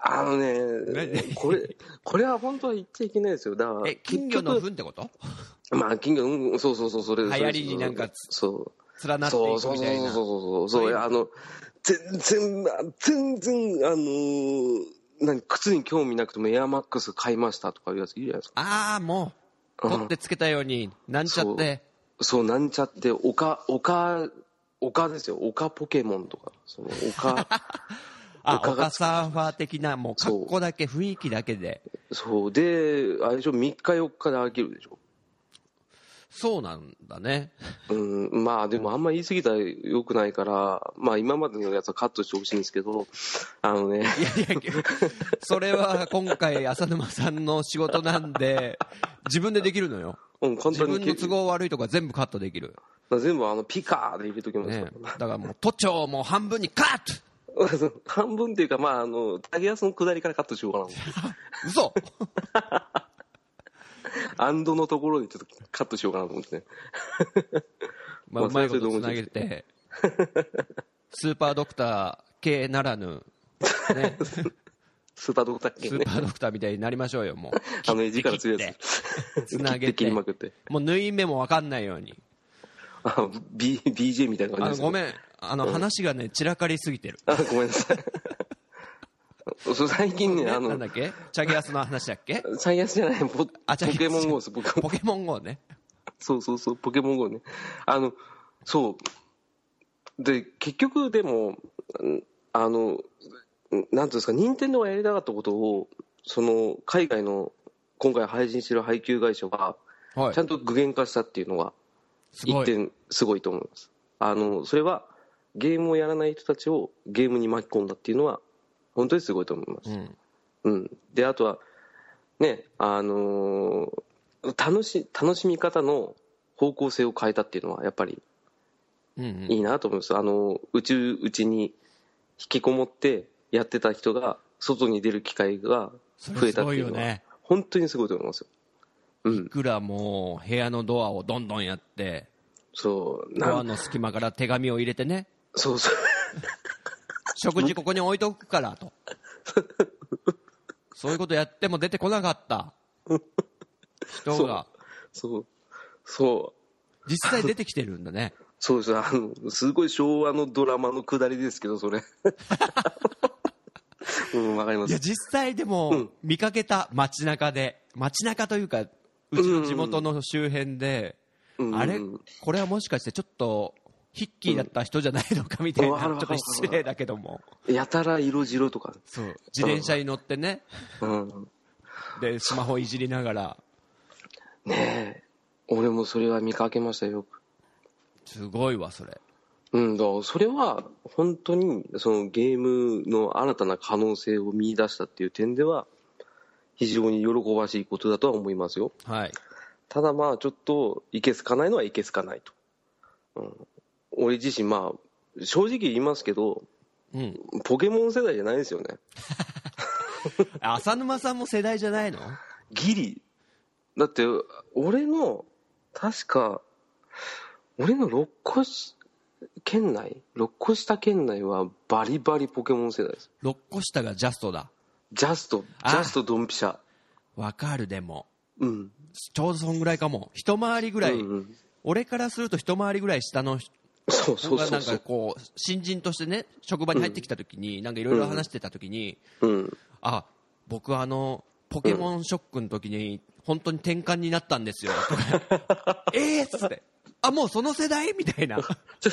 Speaker 1: あのね
Speaker 2: 何、
Speaker 1: これ、これは本当は言っちゃいけないですよ。だから
Speaker 2: え、、金魚の糞ってこと
Speaker 1: まあ、金魚、うん、そうそうそう、それ、
Speaker 2: 流行りに
Speaker 1: それ
Speaker 2: なんか
Speaker 1: そう。
Speaker 2: 連なって
Speaker 1: そ
Speaker 2: いうく
Speaker 1: そう
Speaker 2: み
Speaker 1: そう
Speaker 2: たい
Speaker 1: そう
Speaker 2: な。
Speaker 1: そう
Speaker 2: そう
Speaker 1: そ
Speaker 2: いう
Speaker 1: う、
Speaker 2: の
Speaker 1: あの、全然、あ全然、あのー、何、靴に興味なくてもエアマックス買いましたとかいうやついるじゃないですか。
Speaker 2: ああ、もう、
Speaker 1: うん
Speaker 2: 取ってつけたように、なんちゃって。
Speaker 1: そう、なんちゃって、おか、おか、おかですよ。おかポケモンとか、その、おか、
Speaker 2: あ、
Speaker 1: 岡
Speaker 2: 岡
Speaker 1: が
Speaker 2: サーファー的な、もう格好だけ、雰囲気だけで。
Speaker 1: そう。で、あれでしょ、3日4日で飽きるでしょ。
Speaker 2: そうなんだね。
Speaker 1: うん、まあでもあんま言い過ぎたらよくないから、まあ今までのやつはカットしてほしいんですけど、あのね、
Speaker 2: いやいや、それは今回、浅沼さんの仕事なんで、自分でできるのよ。
Speaker 1: うん、簡
Speaker 2: 自
Speaker 1: 単に
Speaker 2: 分の都合悪いとか全部カットできる。
Speaker 1: 全部あのピカーで入れときます
Speaker 2: ね、だからもう、都庁もう半分にカット
Speaker 1: 半分っていうか、まああの、竹安の下りからカットしようかな。
Speaker 2: 嘘
Speaker 1: アンドのところでちょっとカットしようかなと思ってね。
Speaker 2: まあ、うまいことつなげて、スーパードクター系ならぬ、ね、
Speaker 1: スーパードクター系
Speaker 2: ス
Speaker 1: ね
Speaker 2: ー。パードクターみたいになりましょうよ、もう。
Speaker 1: あの、絵力強いやつ。
Speaker 2: つな
Speaker 1: 切って
Speaker 2: げて
Speaker 1: 切りまくって。
Speaker 2: もう縫い目も分かんないように。
Speaker 1: あ、B、BJ みたいな
Speaker 2: あ
Speaker 1: 感じです、
Speaker 2: のごめん、あの話がね、散らかりすぎてる。
Speaker 1: あ、ごめんなさい。 そう最近ね、あ
Speaker 2: なんだ
Speaker 1: の
Speaker 2: っ、けチャゲアスの話だっけ
Speaker 1: 最安じゃない、ポポ
Speaker 2: あチャゲアス
Speaker 1: ケモン GO です、僕。
Speaker 2: ポケモン GO ね。
Speaker 1: そうそうそう、ポケモン GO ね。あの、そう。で、結局でも、うんあの、うんなんていうんですか、任天堂がやりたかったことを、その、海外の、今回配信してる配給会社が、
Speaker 2: はい
Speaker 1: ちゃ。んと具現化したっていうのが、
Speaker 2: すご
Speaker 1: 一
Speaker 2: い。
Speaker 1: 点すごいと思いますあのそれはゲームをやらない人たちをゲームに巻き込んだっていうのは本当にすごいと思いま
Speaker 2: う
Speaker 1: す、
Speaker 2: ん。
Speaker 1: うんであとはねあのー楽し楽しみ方の方向性を変えたっていうのはやっぱり
Speaker 2: うんうん
Speaker 1: いいなと思います、あのうちうちに引きこもってやってた人が外に出る機会が
Speaker 2: そ
Speaker 1: 増
Speaker 2: れ
Speaker 1: えたって
Speaker 2: すごい
Speaker 1: いう
Speaker 2: よ
Speaker 1: のは
Speaker 2: ね。
Speaker 1: 本当にすごいと思いますようん
Speaker 2: いくらもう部屋のドアをどんどんやって、
Speaker 1: そう
Speaker 2: ド
Speaker 1: な
Speaker 2: ア
Speaker 1: ん
Speaker 2: の隙間から手紙を入れてね、
Speaker 1: そうそう
Speaker 2: 食事ここに置いとくか らと。そういうことやっても出てこなかった人が、
Speaker 1: そうそう
Speaker 2: 実際出てきてるんだね。
Speaker 1: そうですあのすごい昭和のドラマのくだりですけどそ れうんわかりま
Speaker 2: いや、
Speaker 1: す
Speaker 2: 実際で
Speaker 1: う
Speaker 2: も
Speaker 1: ん
Speaker 2: 見かけた街中で、街中というか、うちの地元の周辺で、
Speaker 1: うん
Speaker 2: あれ
Speaker 1: うん
Speaker 2: これはもしかしてちょっと、ヒッキーだった人じゃないのかみたい
Speaker 1: うん
Speaker 2: な、
Speaker 1: わ
Speaker 2: ち
Speaker 1: かる
Speaker 2: ょ
Speaker 1: わ
Speaker 2: っ
Speaker 1: かる
Speaker 2: と失礼だけども、
Speaker 1: やたら色白とか
Speaker 2: そう自転車に乗ってね、
Speaker 1: うん
Speaker 2: で、スマホいじりながら、
Speaker 1: ねえ俺もそれは見かけましたよく
Speaker 2: すごいわ、それ。
Speaker 1: うんだからそれは本当にそのゲームの新たな可能性を見出したっていう点では非常に喜ばしいことだとは思いますよ
Speaker 2: はい。
Speaker 1: ただまあちょっといけすかないのはいけすかないと、うん、俺自身まあ正直言いますけど
Speaker 2: うん。
Speaker 1: ポケモン世代じゃないですよね
Speaker 2: 浅沼さんも世代じゃないの
Speaker 1: ギリだって俺の確か俺の六個し県内六個下県内はバリバリポケモン世代です
Speaker 2: 六個下がジャストだ。
Speaker 1: ジャスト
Speaker 2: あ
Speaker 1: ジャストドンピシャ
Speaker 2: わかる、でも。
Speaker 1: うん
Speaker 2: ちょうどそんぐらいかも。一回りぐらい、
Speaker 1: うんうん、
Speaker 2: 俺からすると一回りぐらい下の
Speaker 1: そうそう
Speaker 2: 僕が
Speaker 1: そ
Speaker 2: な
Speaker 1: うんそ
Speaker 2: か
Speaker 1: う
Speaker 2: こう新人としてね職場に入ってきた時になんかいろいろ話してた時に
Speaker 1: うん
Speaker 2: あ僕あのポケモンショックの時に本当に転換になったんですよと かええっつってあもうその世代みたいなは
Speaker 1: ちょっ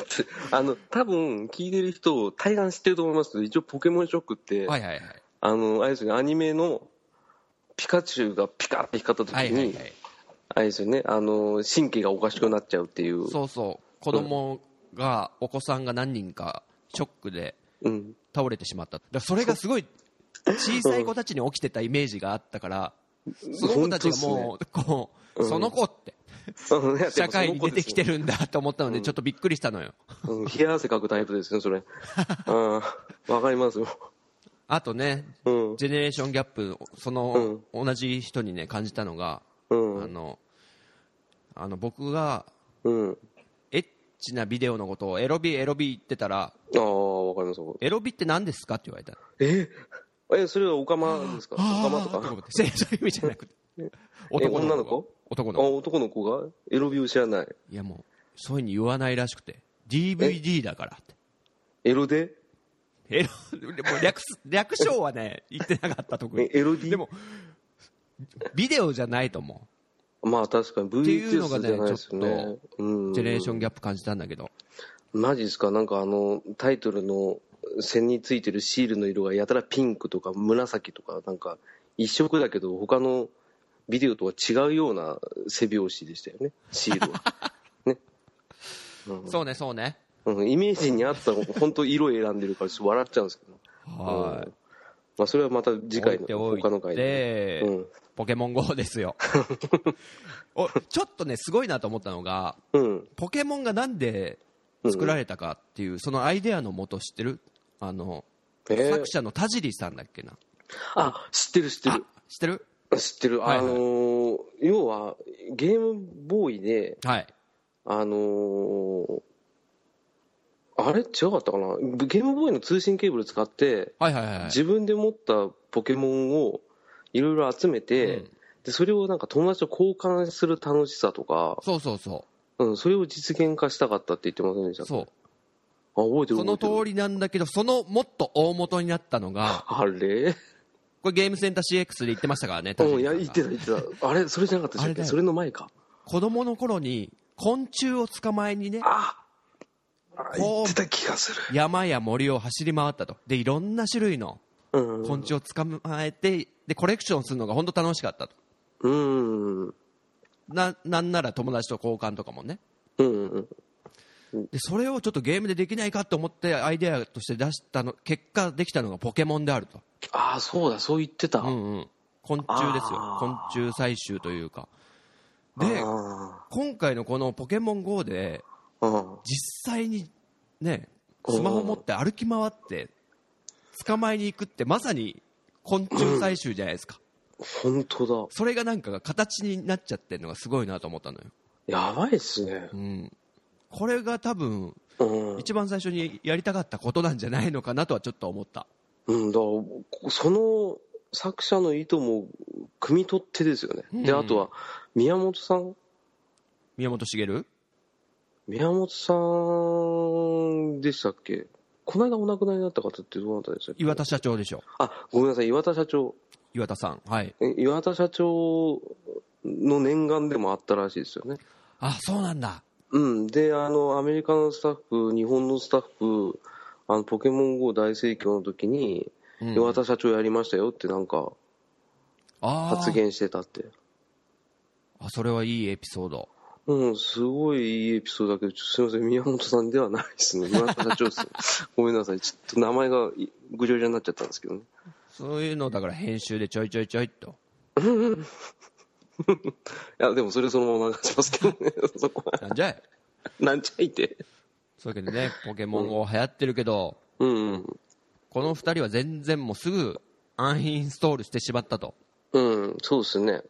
Speaker 1: とあの多分聞いてる人大半知ってると思いますけど一応ポケモンショックって、
Speaker 2: いはいはい
Speaker 1: あのあれですよねアニメのピカチュウがピカって光った時に、
Speaker 2: はいはいはい
Speaker 1: あれですよねあの神経がおかしくなっちゃうっていう
Speaker 2: そうそう子供がお子さんが何人かショックで
Speaker 1: うん、
Speaker 2: 倒れてしまっただからそれがすごい小さい子たちに起きてたイメージがあったからその子たちがもうこうその子って
Speaker 1: うんいや
Speaker 2: 社会に出てきて
Speaker 1: る。
Speaker 2: るんだと思ったので、ちょっとびっくりしたのよ。
Speaker 1: うん冷や汗かくタイプですね、 それ。うんわかりますよ。
Speaker 2: あとね、
Speaker 1: うん。
Speaker 2: ジェネレーションギャップ、その、同じ人にね、感じたのが、
Speaker 1: う
Speaker 2: あ
Speaker 1: ん。
Speaker 2: の、あの、僕が、
Speaker 1: うん。
Speaker 2: エッチなビデオのことをエロビエロビ言ってたら、
Speaker 1: ああ、わかります。
Speaker 2: エロビって何ですかって言われた。
Speaker 1: ええ、それはオカマですかオカマと
Speaker 2: あー
Speaker 1: か
Speaker 2: 思ってそういう意味じゃ なくて。男の
Speaker 1: 女の
Speaker 2: 子
Speaker 1: 子
Speaker 2: 男
Speaker 1: あ
Speaker 2: の子。
Speaker 1: 男の子がエロビを知らない。
Speaker 2: いやもう、そういうふうに言わないらしくて、DVD だからって。
Speaker 1: エロで
Speaker 2: エロ、もう略す、略称は ね、言ってなかった特に。
Speaker 1: えエロディ
Speaker 2: でも、ビデオじゃないと思
Speaker 1: まあ確かに
Speaker 2: っていうのが
Speaker 1: VHS
Speaker 2: ね
Speaker 1: じゃないですよね。う
Speaker 2: う。
Speaker 1: ん
Speaker 2: ジェネレーションギャップ感じたんだけど。
Speaker 1: マジですかなんかあの、タイトルの線についてるシールの色がやたらピンクとか紫とか、なんか一色だけど、他のビデオとは違うような背表紙でしたよね、シール は。
Speaker 2: そうね、そうね。
Speaker 1: うん、イメージに合った、本当色選んでるから、ちょっと笑っちゃうんですけど。
Speaker 2: は
Speaker 1: うんまあ、それはまた次
Speaker 2: い。
Speaker 1: 回
Speaker 2: 置い
Speaker 1: の、
Speaker 2: ておい
Speaker 1: 他の回で。
Speaker 2: て
Speaker 1: うん、
Speaker 2: ポケモン GO で すよ。おちょっとね、すごいなと思ったのが、
Speaker 1: うん。
Speaker 2: ポケモンがなんで作られたかっていう、そのアイデアのもと知ってるあの、
Speaker 1: えー
Speaker 2: 作者の田尻さんだっけな。
Speaker 1: あ、知ってる知って
Speaker 2: あ
Speaker 1: る。
Speaker 2: 知ってる
Speaker 1: 知ってる、
Speaker 2: はいはい
Speaker 1: あのー要はゲームボーイで、
Speaker 2: はい。
Speaker 1: あのーあれ違かったかな、ゲームボーイの通信ケーブル使って、
Speaker 2: はいはいはいはい。
Speaker 1: 自分で持ったポケモンをいろいろ集めて、
Speaker 2: うん
Speaker 1: で、それをなんか友達と交換する楽しさとか、
Speaker 2: そうそうそ
Speaker 1: うん、それを実現化したかったって言ってませんでした
Speaker 2: う。
Speaker 1: っけ
Speaker 2: そう。
Speaker 1: あ覚えてる
Speaker 2: その
Speaker 1: 覚
Speaker 2: 通りなんだけど、そのもっと大元になったのが、
Speaker 1: えてるあれ
Speaker 2: これゲームセンター CX で言ってましたからね、
Speaker 1: うん、いや、
Speaker 2: 田尻
Speaker 1: 言
Speaker 2: さ
Speaker 1: っ
Speaker 2: んが
Speaker 1: てた、言ってた。あれ、それじゃなかったでしたっ
Speaker 2: あれ
Speaker 1: け
Speaker 2: だよ
Speaker 1: それの前か。
Speaker 2: 子供の頃に昆虫を捕まえにね、
Speaker 1: ああ
Speaker 2: こう
Speaker 1: 言ってた気がする。
Speaker 2: 山や森を走り回ったと。で、いろんな種類の
Speaker 1: うん。
Speaker 2: 昆虫を捕まえて、で、コレクションするのが本当楽しかったと。
Speaker 1: うん。うん
Speaker 2: な、なんなら友達と交換とかもね。
Speaker 1: うん。
Speaker 2: で、それをちょっとゲームでできないかと思ってアイデアとして出したの、結果できたのがポケモンであると。
Speaker 1: ああ、そうだ、そう言ってた。
Speaker 2: うんうん。昆虫ですよ
Speaker 1: あ。
Speaker 2: 昆
Speaker 1: ー
Speaker 2: 虫採集というか。で、
Speaker 1: あ
Speaker 2: 今回のこのポケモン GO で、
Speaker 1: あうん
Speaker 2: 実際にね、スマホ持って歩き回って、捕まえに行くって、まさに昆虫採集じゃないですか。
Speaker 1: 本当
Speaker 2: それがなんかが形になっちゃってるのがすごいなと思ったのよ。
Speaker 1: だ。やばいっすね
Speaker 2: う。ん。これが多分、
Speaker 1: うん。
Speaker 2: 一番最初にやりたかったことなんじゃないのかなとはちょっと思った。
Speaker 1: うん、だからその作者の意図も汲み取ってですよね。で、
Speaker 2: うん
Speaker 1: あとは、宮本さん
Speaker 2: 宮本茂
Speaker 1: 宮本さんでしたっけこの間お亡くなりになった方ってどうなったんでしたっけ
Speaker 2: 岩田社長でしょ。
Speaker 1: あ、ごめんなさい、岩田社長。
Speaker 2: 岩田さん。はい。
Speaker 1: え岩田社長の念願でもあったらしいですよね。
Speaker 2: あ、そうなんだ。
Speaker 1: うん。で、あの、アメリカのスタッフ、日本のスタッフ、あの、ポケモン GO 大盛況の時に、
Speaker 2: うん
Speaker 1: 岩田社長やりましたよってなんか
Speaker 2: あー
Speaker 1: 発言してたって。
Speaker 2: あ、それはいいエピソード。
Speaker 1: うん、すごいいいエピソードだけど、ちょすみません、宮本さんではないですね。村田社長 です。ごめんなさい、ちょっと名前がいぐちゃぐちゃになっちゃったんですけどね。
Speaker 2: そういうのをだから編集でちょいちょいちょいっと。
Speaker 1: いや、でもそれそのまま流しますけどね、 そこは。
Speaker 2: なんじ ゃい
Speaker 1: なんちゃいって。
Speaker 2: そういうわけでね、ポケモン GO 流行ってるけど、
Speaker 1: うんうん。
Speaker 2: この二人は全然もうすぐアンインストールしてしまったと。
Speaker 1: うん、そうですね。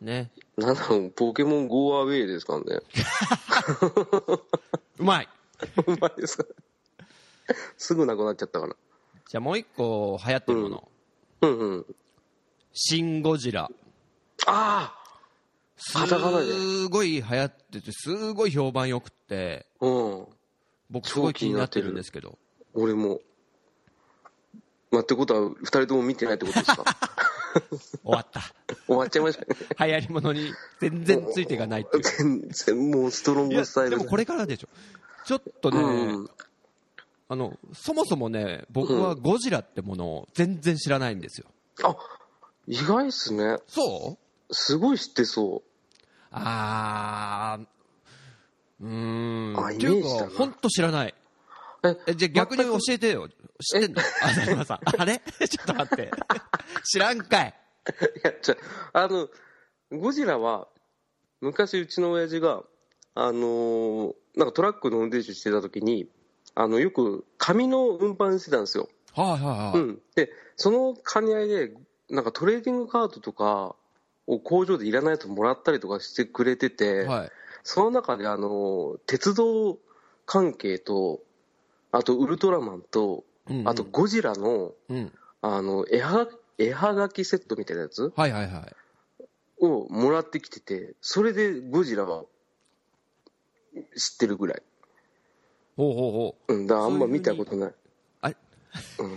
Speaker 2: ね。
Speaker 1: なんだろう、ポケモン Go アウェイですからね。
Speaker 2: うまいう
Speaker 1: まいですかすぐなくなっちゃったから。
Speaker 2: じゃあもう一個流行ってるもの。
Speaker 1: うんうん。
Speaker 2: シン・ゴジラ。
Speaker 1: ああ
Speaker 2: す
Speaker 1: カタカナです
Speaker 2: ごい流行ってて、すごい評判良くって、
Speaker 1: うん。
Speaker 2: 僕すごい気になってるんですけど。
Speaker 1: 俺も。まあ、ってことは、二人とも見てないってことです か
Speaker 2: 終わった。
Speaker 1: 終わっちゃいましたね。
Speaker 2: 流行り物に全然ついていかないっていう。
Speaker 1: 全然もうストロン
Speaker 2: いや
Speaker 1: グスタイ
Speaker 2: で
Speaker 1: ル
Speaker 2: もこれからでしょ。ちょっとね、
Speaker 1: うん
Speaker 2: あの、そもそもね、僕はゴジラってものを全然知らないんですよ。
Speaker 1: あ意外っすね
Speaker 2: そう
Speaker 1: すごい知ってそ
Speaker 2: あー、うーん。
Speaker 1: あ
Speaker 2: っていう
Speaker 1: イメージだ
Speaker 2: か、
Speaker 1: な
Speaker 2: ほんと知らない。
Speaker 1: うえ
Speaker 2: え、じゃあ逆に教えてよ。知ってんのあ、佐島さん。あれ ちょっと待って。知らんかい。
Speaker 1: いやじゃあのゴジラは昔うちの親父があのーなんかトラックの運転手してた時にあのよく紙の運搬してたんですよ、
Speaker 2: はいは
Speaker 1: う
Speaker 2: いはい。
Speaker 1: ん、でその兼ね合いでなんかトレーディングカードとかを工場でいらないやつもらったりとかしてくれてて、
Speaker 2: はい。
Speaker 1: その中であの鉄道関係とあとウルトラマンと、
Speaker 2: うんうん
Speaker 1: あとゴジラの
Speaker 2: うん。
Speaker 1: あの絵は絵はがきセットみたいなやつ
Speaker 2: はいはいはい。
Speaker 1: をもらってきててそれでゴジラは知ってるぐらい、
Speaker 2: ほうほうほう。
Speaker 1: うん、だからあんま見たことない
Speaker 2: あれ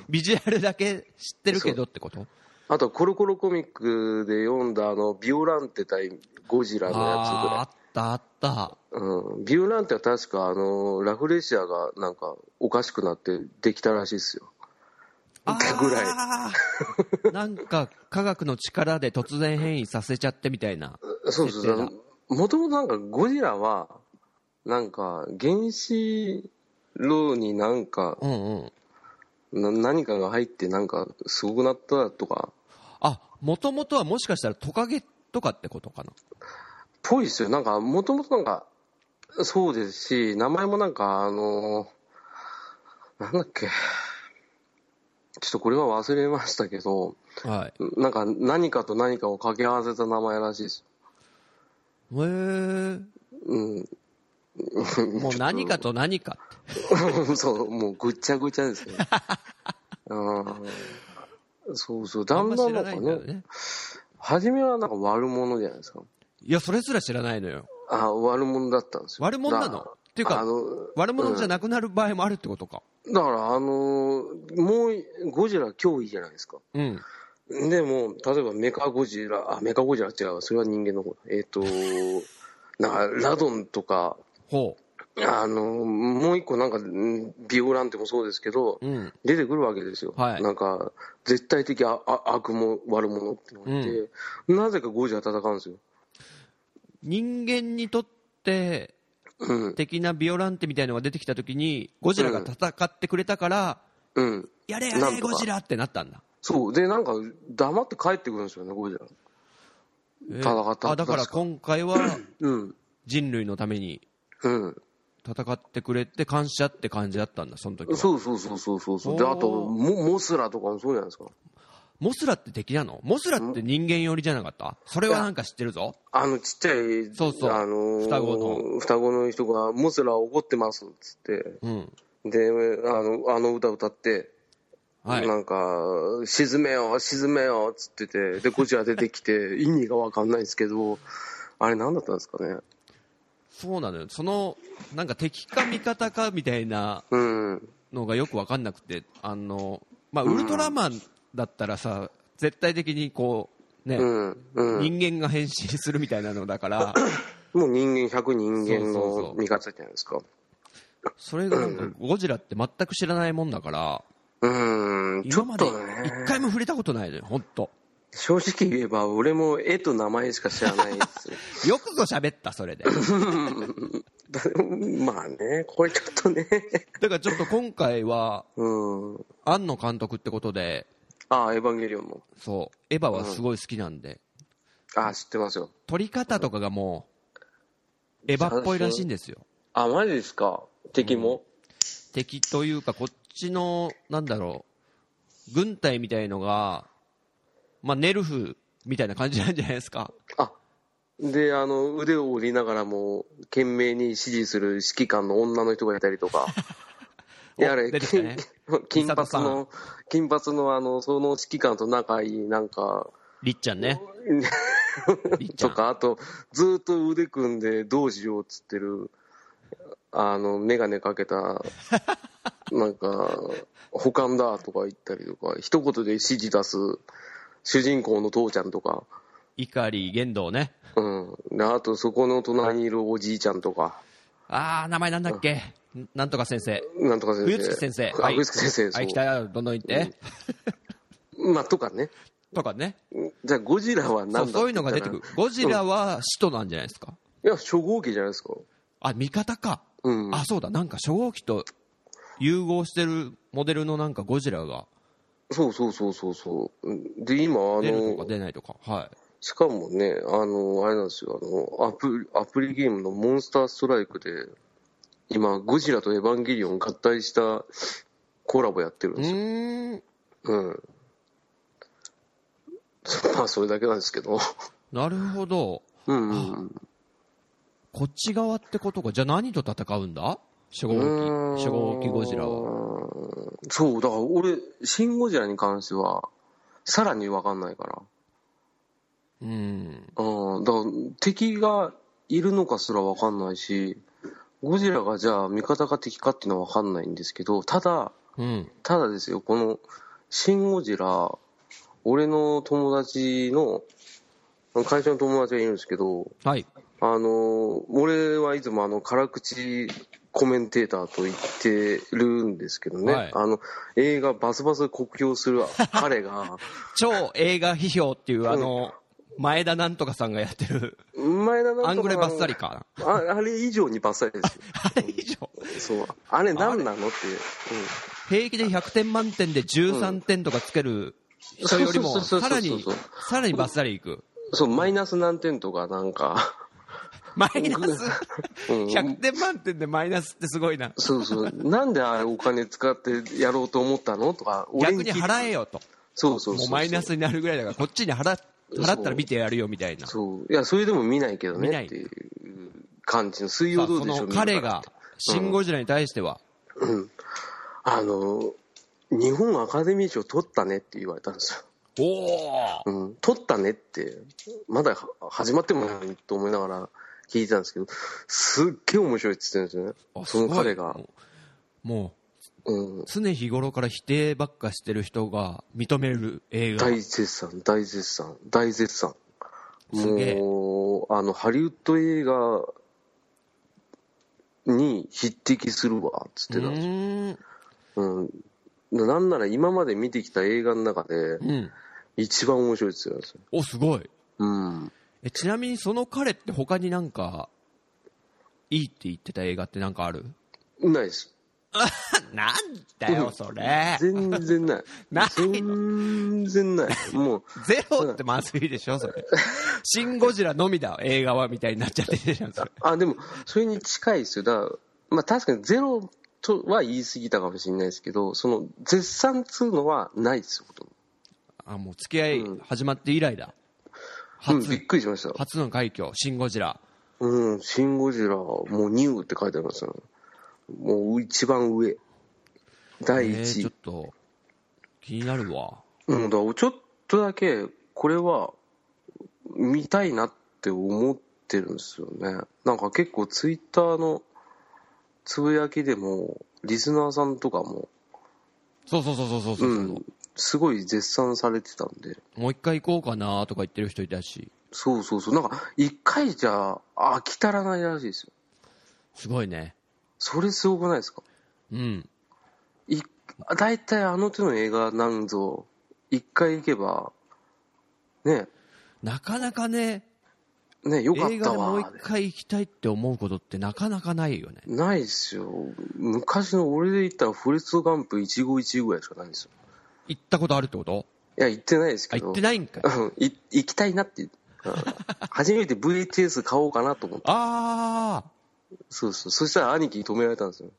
Speaker 2: ビジュアルだけ知ってるけどってこと
Speaker 1: あとはコロコロコミックで読んだあのビオランテ対ゴジラの
Speaker 2: あーあ
Speaker 1: や
Speaker 2: ったあった。
Speaker 1: つぐらい、うん、ビオランテは確かあのラフレシアがなんかおかしくなってできたらしいですよ
Speaker 2: あー
Speaker 1: ぐらい
Speaker 2: なんか科学の力で突然変異させちゃってみたいな。
Speaker 1: そうそう
Speaker 2: 設定だ
Speaker 1: もともとなんかゴジラは、なんか原子炉になんか、
Speaker 2: うんうん。
Speaker 1: な何かが入ってなんかすごくなったとか、
Speaker 2: あ、もともとはもしかしたらトカゲとかってことかな。
Speaker 1: ぽいっすよ。なんかもともとなんか、そうですし、名前もなんかあのなんだっけ、ちょっとこれは忘れましたけど、
Speaker 2: はい。
Speaker 1: なんか何かと何かを掛け合わせた名前らしいです。
Speaker 2: へー
Speaker 1: うん。
Speaker 2: もう何かと何かって。
Speaker 1: そう、もうぐっちゃぐちゃです ね。うんそうそう、だ
Speaker 2: あん
Speaker 1: ん
Speaker 2: ま
Speaker 1: だん
Speaker 2: 知
Speaker 1: な
Speaker 2: ら
Speaker 1: ん
Speaker 2: な
Speaker 1: か
Speaker 2: いんだよ
Speaker 1: ね、
Speaker 2: ね。
Speaker 1: 初めはなんか悪者じゃないですか。
Speaker 2: いや、それすら知らないのよ。
Speaker 1: あ悪者だったんですよ。
Speaker 2: 悪者なの
Speaker 1: だ
Speaker 2: っていうか
Speaker 1: あの、
Speaker 2: 悪者じゃなくなる場合もあるってことか。
Speaker 1: だから、あのーもう、ゴジラ脅威じゃないですか。
Speaker 2: うん。
Speaker 1: でも、例えばメカゴジラ、あ、メカゴジラ違う、それは人間の方だ。えっ、と、なんか、ラドンとか、
Speaker 2: ほ
Speaker 1: あのーもう一個なんか、んビオランテもそうですけど、
Speaker 2: う。うん。
Speaker 1: 出てくるわけですよ。
Speaker 2: はい
Speaker 1: なんか、絶対的ああ悪も悪者ってのがいて、なぜかゴジラ戦うんですよ。
Speaker 2: 人間にとって
Speaker 1: うん、
Speaker 2: 的なビオランテみたいのが出てきたときに、ゴジラが戦ってくれたから、
Speaker 1: うん。
Speaker 2: やれや
Speaker 1: なん
Speaker 2: れ、
Speaker 1: とか
Speaker 2: ゴジラってなったんだ。
Speaker 1: そう。で、なんか、黙って帰ってくるんですよね、ゴジラ。
Speaker 2: えー
Speaker 1: 戦った
Speaker 2: あだから今 回は
Speaker 1: うん。
Speaker 2: 人類のために
Speaker 1: うん。
Speaker 2: 戦ってくれて感謝って感じだったんだ、その時は
Speaker 1: そうそうそうそうそうそう。で、
Speaker 2: おー
Speaker 1: あと、モモスラとかもそうじゃないですか。
Speaker 2: モスラって敵なのモスラって人間寄りじゃなかったそれはなんか知ってるぞ。
Speaker 1: あの、ちっちゃい、
Speaker 2: そうそう
Speaker 1: あのー
Speaker 2: 双子
Speaker 1: 双子の人が、モスラ怒ってます、っつって。
Speaker 2: うん。
Speaker 1: で、あの、あの歌歌って、
Speaker 2: はい。
Speaker 1: なんか、沈めよ、沈めよ、っつってて、で、こちら出てき て、意味がわかんないんですけど、あれ何だったんですかね。
Speaker 2: そうなのよ。その、なんか敵か味方かみたいな
Speaker 1: うん。
Speaker 2: のがよくわかんなくて、あの、まあ、ウルトラマンだったらさ、絶対的にこう、ね、
Speaker 1: うん。うん。
Speaker 2: 人間が変身するみたいなの だから、
Speaker 1: もう人間、100人間
Speaker 2: そうそうそ
Speaker 1: の
Speaker 2: う
Speaker 1: 味方じゃないですか。
Speaker 2: それがなんかゴジラって全く知らないもんだから、
Speaker 1: うん。ちょ
Speaker 2: 今
Speaker 1: っ
Speaker 2: まで
Speaker 1: と
Speaker 2: 一
Speaker 1: ね。
Speaker 2: 回も触れたことないのよ、ほんと。
Speaker 1: 正直言えば、俺も絵と名前しか知らない です。
Speaker 2: よくぞ喋った、それ で。
Speaker 1: だまあね、これちょっとね。
Speaker 2: だからちょっと今回は、
Speaker 1: うん。
Speaker 2: 庵野監督ってことで、
Speaker 1: ああ、エヴァンゲリオンも。
Speaker 2: そう、エヴァはすごい好きなんで、
Speaker 1: ああ、知ってますよ。
Speaker 2: 撮り方とかがもう、エヴァっぽいらしいんですよ。
Speaker 1: あ、マジですか敵も、
Speaker 2: 敵というか、こっちの、なんだろう、軍隊みたいのが、まあ、ネルフみたいな感じなんじゃないですか。
Speaker 1: あ、で、あの、腕を折りながらも、懸命に指示する指揮官の女の人がいたりとか。
Speaker 2: お
Speaker 1: やあれ、
Speaker 2: 出てきた
Speaker 1: 金
Speaker 2: ね
Speaker 1: 金
Speaker 2: 美里
Speaker 1: 髪
Speaker 2: さん
Speaker 1: の、金髪のあの、その指揮官と仲いい、なんか、
Speaker 2: りっちゃ んね。りっちゃ
Speaker 1: と
Speaker 2: ん。
Speaker 1: か、あと、ずーっと腕組んでどうしようっつってる、あの、メガネかけ た、なんか、保管だとか言ったりとか、一言で指示出す、主人公の父ちゃんとか、
Speaker 2: 碇玄道ね。
Speaker 1: うん。であと、そこの隣にいるおじいちゃんとか、
Speaker 2: あー、名前なんだっけ。なんとか先生。
Speaker 1: なんとか先生。
Speaker 2: 冬月先生。
Speaker 1: あ、冬月先生、
Speaker 2: はい、
Speaker 1: そ
Speaker 2: 北どんどん行って。
Speaker 1: う。まあ、とかね。
Speaker 2: とかね。
Speaker 1: じゃあ、ゴジラは何だ
Speaker 2: そう
Speaker 1: って
Speaker 2: そういう
Speaker 1: 言
Speaker 2: の
Speaker 1: った
Speaker 2: が
Speaker 1: ら
Speaker 2: 出てくる。ゴジラは使徒なんじゃないですか。
Speaker 1: いや、初号機じゃないですか。
Speaker 2: あ、味方か。
Speaker 1: うん。
Speaker 2: あ、そうだ、なんか初号機と融合してるモデルのなんかゴジラが
Speaker 1: そうそうそうそうそううん。で、今、あの、
Speaker 2: 出るとか出ないとか。は
Speaker 1: しかもね、あの、あれなんですよ、あの、アプリ、アプリゲームのモンスターストライクで、今、ゴジラとエヴァンゲリオン合体したコラボやってるん
Speaker 2: い。う
Speaker 1: ですよ。
Speaker 2: ーん。
Speaker 1: うん。 まあ、それだけなんですけど。
Speaker 2: なるほど。
Speaker 1: うんうん
Speaker 2: こっち側ってことか。じゃあ何と戦うんだ初号
Speaker 1: う
Speaker 2: 機
Speaker 1: ん。。
Speaker 2: 初号機ゴジラは。
Speaker 1: は。そう、だから俺、シン・ゴジラに関しては、さらにわかんないから。
Speaker 2: うん。
Speaker 1: うん、だから敵がいるのかすら分かんないし、ゴジラがじゃあ味方か敵かっていうのは分かんないんですけど、ただ、
Speaker 2: うん。
Speaker 1: ただですよ、この、シン・ゴジラ、俺の友達の、会社の友達がいるんですけど、
Speaker 2: はい。
Speaker 1: あの、俺はいつもあの、辛口コメンテーターと言ってるんですけどね、
Speaker 2: はい
Speaker 1: あの、映画バスバス酷評する彼 が、
Speaker 2: 超映画批評っていうあの、前田なんとかさんがやってる、
Speaker 1: 前田なんとか
Speaker 2: アングレバッサリか。
Speaker 1: ああれ以上にバッサリですよ。
Speaker 2: あれ以上。
Speaker 1: そう。あれ何なのっていう。
Speaker 2: 平気で100点満点で13点とかつける人よりも、
Speaker 1: そうそうそうそう
Speaker 2: さらに
Speaker 1: そうそう、
Speaker 2: さらにバッサリいく。
Speaker 1: うん。そう、マイナス何点とかなんか、
Speaker 2: マイナス
Speaker 1: うん
Speaker 2: 100点満点でマイナスってすごいな
Speaker 1: そうそう。なんであれお金使ってやろうと思ったのとか、俺
Speaker 2: 逆に
Speaker 1: 聞い
Speaker 2: 払えよと
Speaker 1: そうそうそう
Speaker 2: も
Speaker 1: そう
Speaker 2: うマイナスになるぐらいだからこっちに払っ払ったら見てやるよみたいな
Speaker 1: そう。いや、それでも見ないけど
Speaker 2: 見ない
Speaker 1: ねっていう感じの、水
Speaker 2: さ
Speaker 1: 曜
Speaker 2: あ
Speaker 1: ど
Speaker 2: そう
Speaker 1: でしょう
Speaker 2: の彼が「シン・ゴジラ」に対しては
Speaker 1: あの、日本アカデミー賞取ったねって言われたんですよ。
Speaker 2: 「おお
Speaker 1: うん、取ったねって、まだは始まってもないと思いながら聞いてたんですけど、すっげえ面白いって言ってるんですよね。
Speaker 2: あ
Speaker 1: その彼が
Speaker 2: すごい。も
Speaker 1: うん
Speaker 2: う。常日頃から否定ばっかしてる人が認める映画
Speaker 1: 大絶賛、大絶賛、大絶賛。
Speaker 2: すげえ
Speaker 1: もう、あの、ハリウッド映画に匹敵するわ、つって
Speaker 2: う
Speaker 1: たんですよ
Speaker 2: ーん
Speaker 1: うん。なんなら今まで見てきた映画の中で、
Speaker 2: うん
Speaker 1: 一番面白いって言ってたんですよ。
Speaker 2: おすごい
Speaker 1: うん。
Speaker 2: えちなみにその彼って他になんかいいって言ってた映画ってなんかある
Speaker 1: ないです。
Speaker 2: なんだよそれ
Speaker 1: 全然ない。
Speaker 2: ない
Speaker 1: 全然ない。もう、
Speaker 2: ゼロってまずいでしょそれ「シン・ゴジラ」のみだ映画はみたいになっちゃってるじゃんそれ
Speaker 1: あ、でも、それに近いですよ。だからまあ確かにゼロとは言い過ぎたかもしれないですけど、その、絶賛っつうのはないですよ、ほとんど
Speaker 2: あもう付き合い始まって以来だ、
Speaker 1: うん、びっ
Speaker 2: 初
Speaker 1: くりしました。
Speaker 2: 初の快挙「シン・ゴジラ
Speaker 1: うん、シン・ゴジラ、もうニューって書いてありますよ、ね。もう一番上。」第
Speaker 2: えー
Speaker 1: 一位
Speaker 2: ちょっ。と気になるわ
Speaker 1: うん、だからちょっとだけ、これは、見たいなって思ってるんですよね。なんか結構ツイッターのつぶやきでも、リスナーさんとかも、
Speaker 2: そうそうそうそうそうそうう、
Speaker 1: ん、すごい絶賛されてたんで、
Speaker 2: もう一回行こうかなとか言ってる人いたし
Speaker 1: そうそうそう、なんか一回じゃ飽き足らないらしいですよ。
Speaker 2: すごいね
Speaker 1: それすごくないですか
Speaker 2: うん
Speaker 1: い大体あの手の映画なんぞ、一回行けば、ね、
Speaker 2: なかなかね
Speaker 1: ね、よかっ
Speaker 2: 映画
Speaker 1: た
Speaker 2: でもう一
Speaker 1: わ。
Speaker 2: 回行きたいって思うことってなかなかないよね
Speaker 1: ないっすよ。昔の俺で言ったらフォレストガンプ151ぐらいしかないんですよ。
Speaker 2: 行ったことあるってこと
Speaker 1: いや、行ってないです
Speaker 2: あ
Speaker 1: けど。
Speaker 2: 行ってな いんかい
Speaker 1: うんい行きたいなって。うん初めて VHS 買おうかなと思って。
Speaker 2: ああ
Speaker 1: そうそう。そしたら兄貴に止められたんですよ。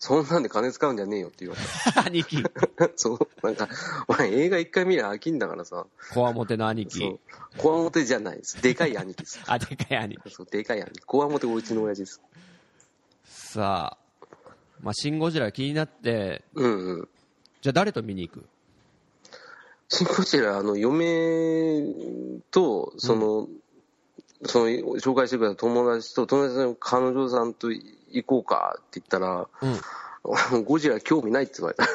Speaker 1: そんなんで金使うんじゃねえよって言われ
Speaker 2: 兄貴
Speaker 1: た。 そう。なんか、お前映画一回見りゃ飽きんだからさ。
Speaker 2: こわもての兄
Speaker 1: そ
Speaker 2: 貴
Speaker 1: う。こわもてじゃないです。でかい兄貴です。
Speaker 2: あでかい兄貴
Speaker 1: そう、でかい兄貴。こわもておうちの親父です。
Speaker 2: さあ、まあ、シン・ゴジラ気になって、
Speaker 1: うんうん。
Speaker 2: じゃあ誰と見に行く
Speaker 1: シン・ゴジラ、あの、嫁と、その、その、紹介してくれた友達と、友達の彼女さんと行こうかって言ったら、
Speaker 2: うん。
Speaker 1: ゴジラ興味ないって言 われた。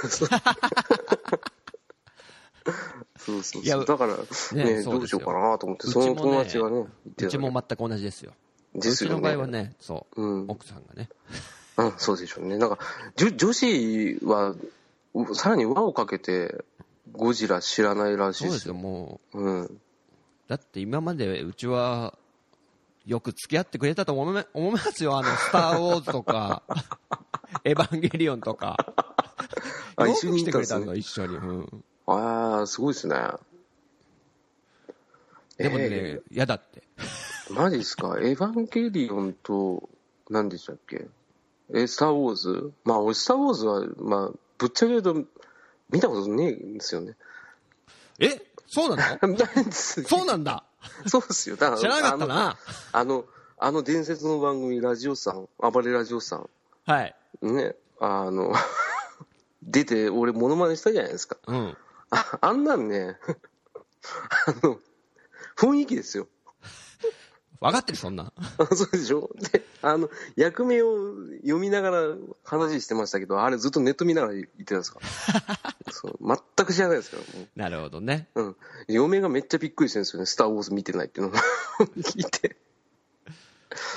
Speaker 1: そうそう
Speaker 2: いや
Speaker 1: そう。だから、ね
Speaker 2: そうですよ
Speaker 1: どうしようかなと思って、
Speaker 2: うち
Speaker 1: そ
Speaker 2: もね
Speaker 1: の友達がね、言ってた
Speaker 2: うちも全く同じですよ。
Speaker 1: で
Speaker 2: う
Speaker 1: す
Speaker 2: ち
Speaker 1: よ
Speaker 2: の
Speaker 1: ね
Speaker 2: 場合はね、そう、
Speaker 1: うん
Speaker 2: 奥さんがね。
Speaker 1: うん、そうでしょうね。なんか、じょ女子は、うさらに輪をかけて、ゴジラ知らないらしい
Speaker 2: そう
Speaker 1: で
Speaker 2: です
Speaker 1: すよ。
Speaker 2: よ、もう。
Speaker 1: うん。
Speaker 2: だって今までうちは、よく付き合ってくれたと思い思いま すよ、あの、スター・ウォーズとか、エヴァンゲリオンとか。
Speaker 1: あ
Speaker 2: よ
Speaker 1: 一緒
Speaker 2: く
Speaker 1: に
Speaker 2: 来
Speaker 1: 行
Speaker 2: て
Speaker 1: った
Speaker 2: く
Speaker 1: ん
Speaker 2: れ
Speaker 1: です
Speaker 2: た
Speaker 1: ね
Speaker 2: の、一緒に。うん。
Speaker 1: ああ、すごいですね。
Speaker 2: でもね
Speaker 1: え、
Speaker 2: 嫌、だって。
Speaker 1: ーマジですか。エヴァンゲリオンと、何でしたっけえ、スター・ウォーズまあ、俺、スター・ウォーズは、まあ、ぶっちゃけ言うと、見たことねえんですよね。
Speaker 2: えそうなの
Speaker 1: ないです
Speaker 2: そうなんだ
Speaker 1: そうっすよ。だから
Speaker 2: 知らなかったな。
Speaker 1: あの、あの、あの伝説の番組、ラジオさん、暴れラジオさん、
Speaker 2: はい。
Speaker 1: ね、あの、 出て、俺、モノマネしたじゃないですか。
Speaker 2: うん。
Speaker 1: ああんなんね、 あの、雰囲気ですよ。
Speaker 2: 分かってる、そんなん。
Speaker 1: あそうでしょで、あの、役名を読みながら話してましたけど、あれずっとネット見ながら言ってたんですかそう全く知らないですから、も
Speaker 2: なるほどね。
Speaker 1: う。うん。嫁がめっちゃびっくりしてるんですよね。スター・ウォーズ見てないっていうのを 聞いて。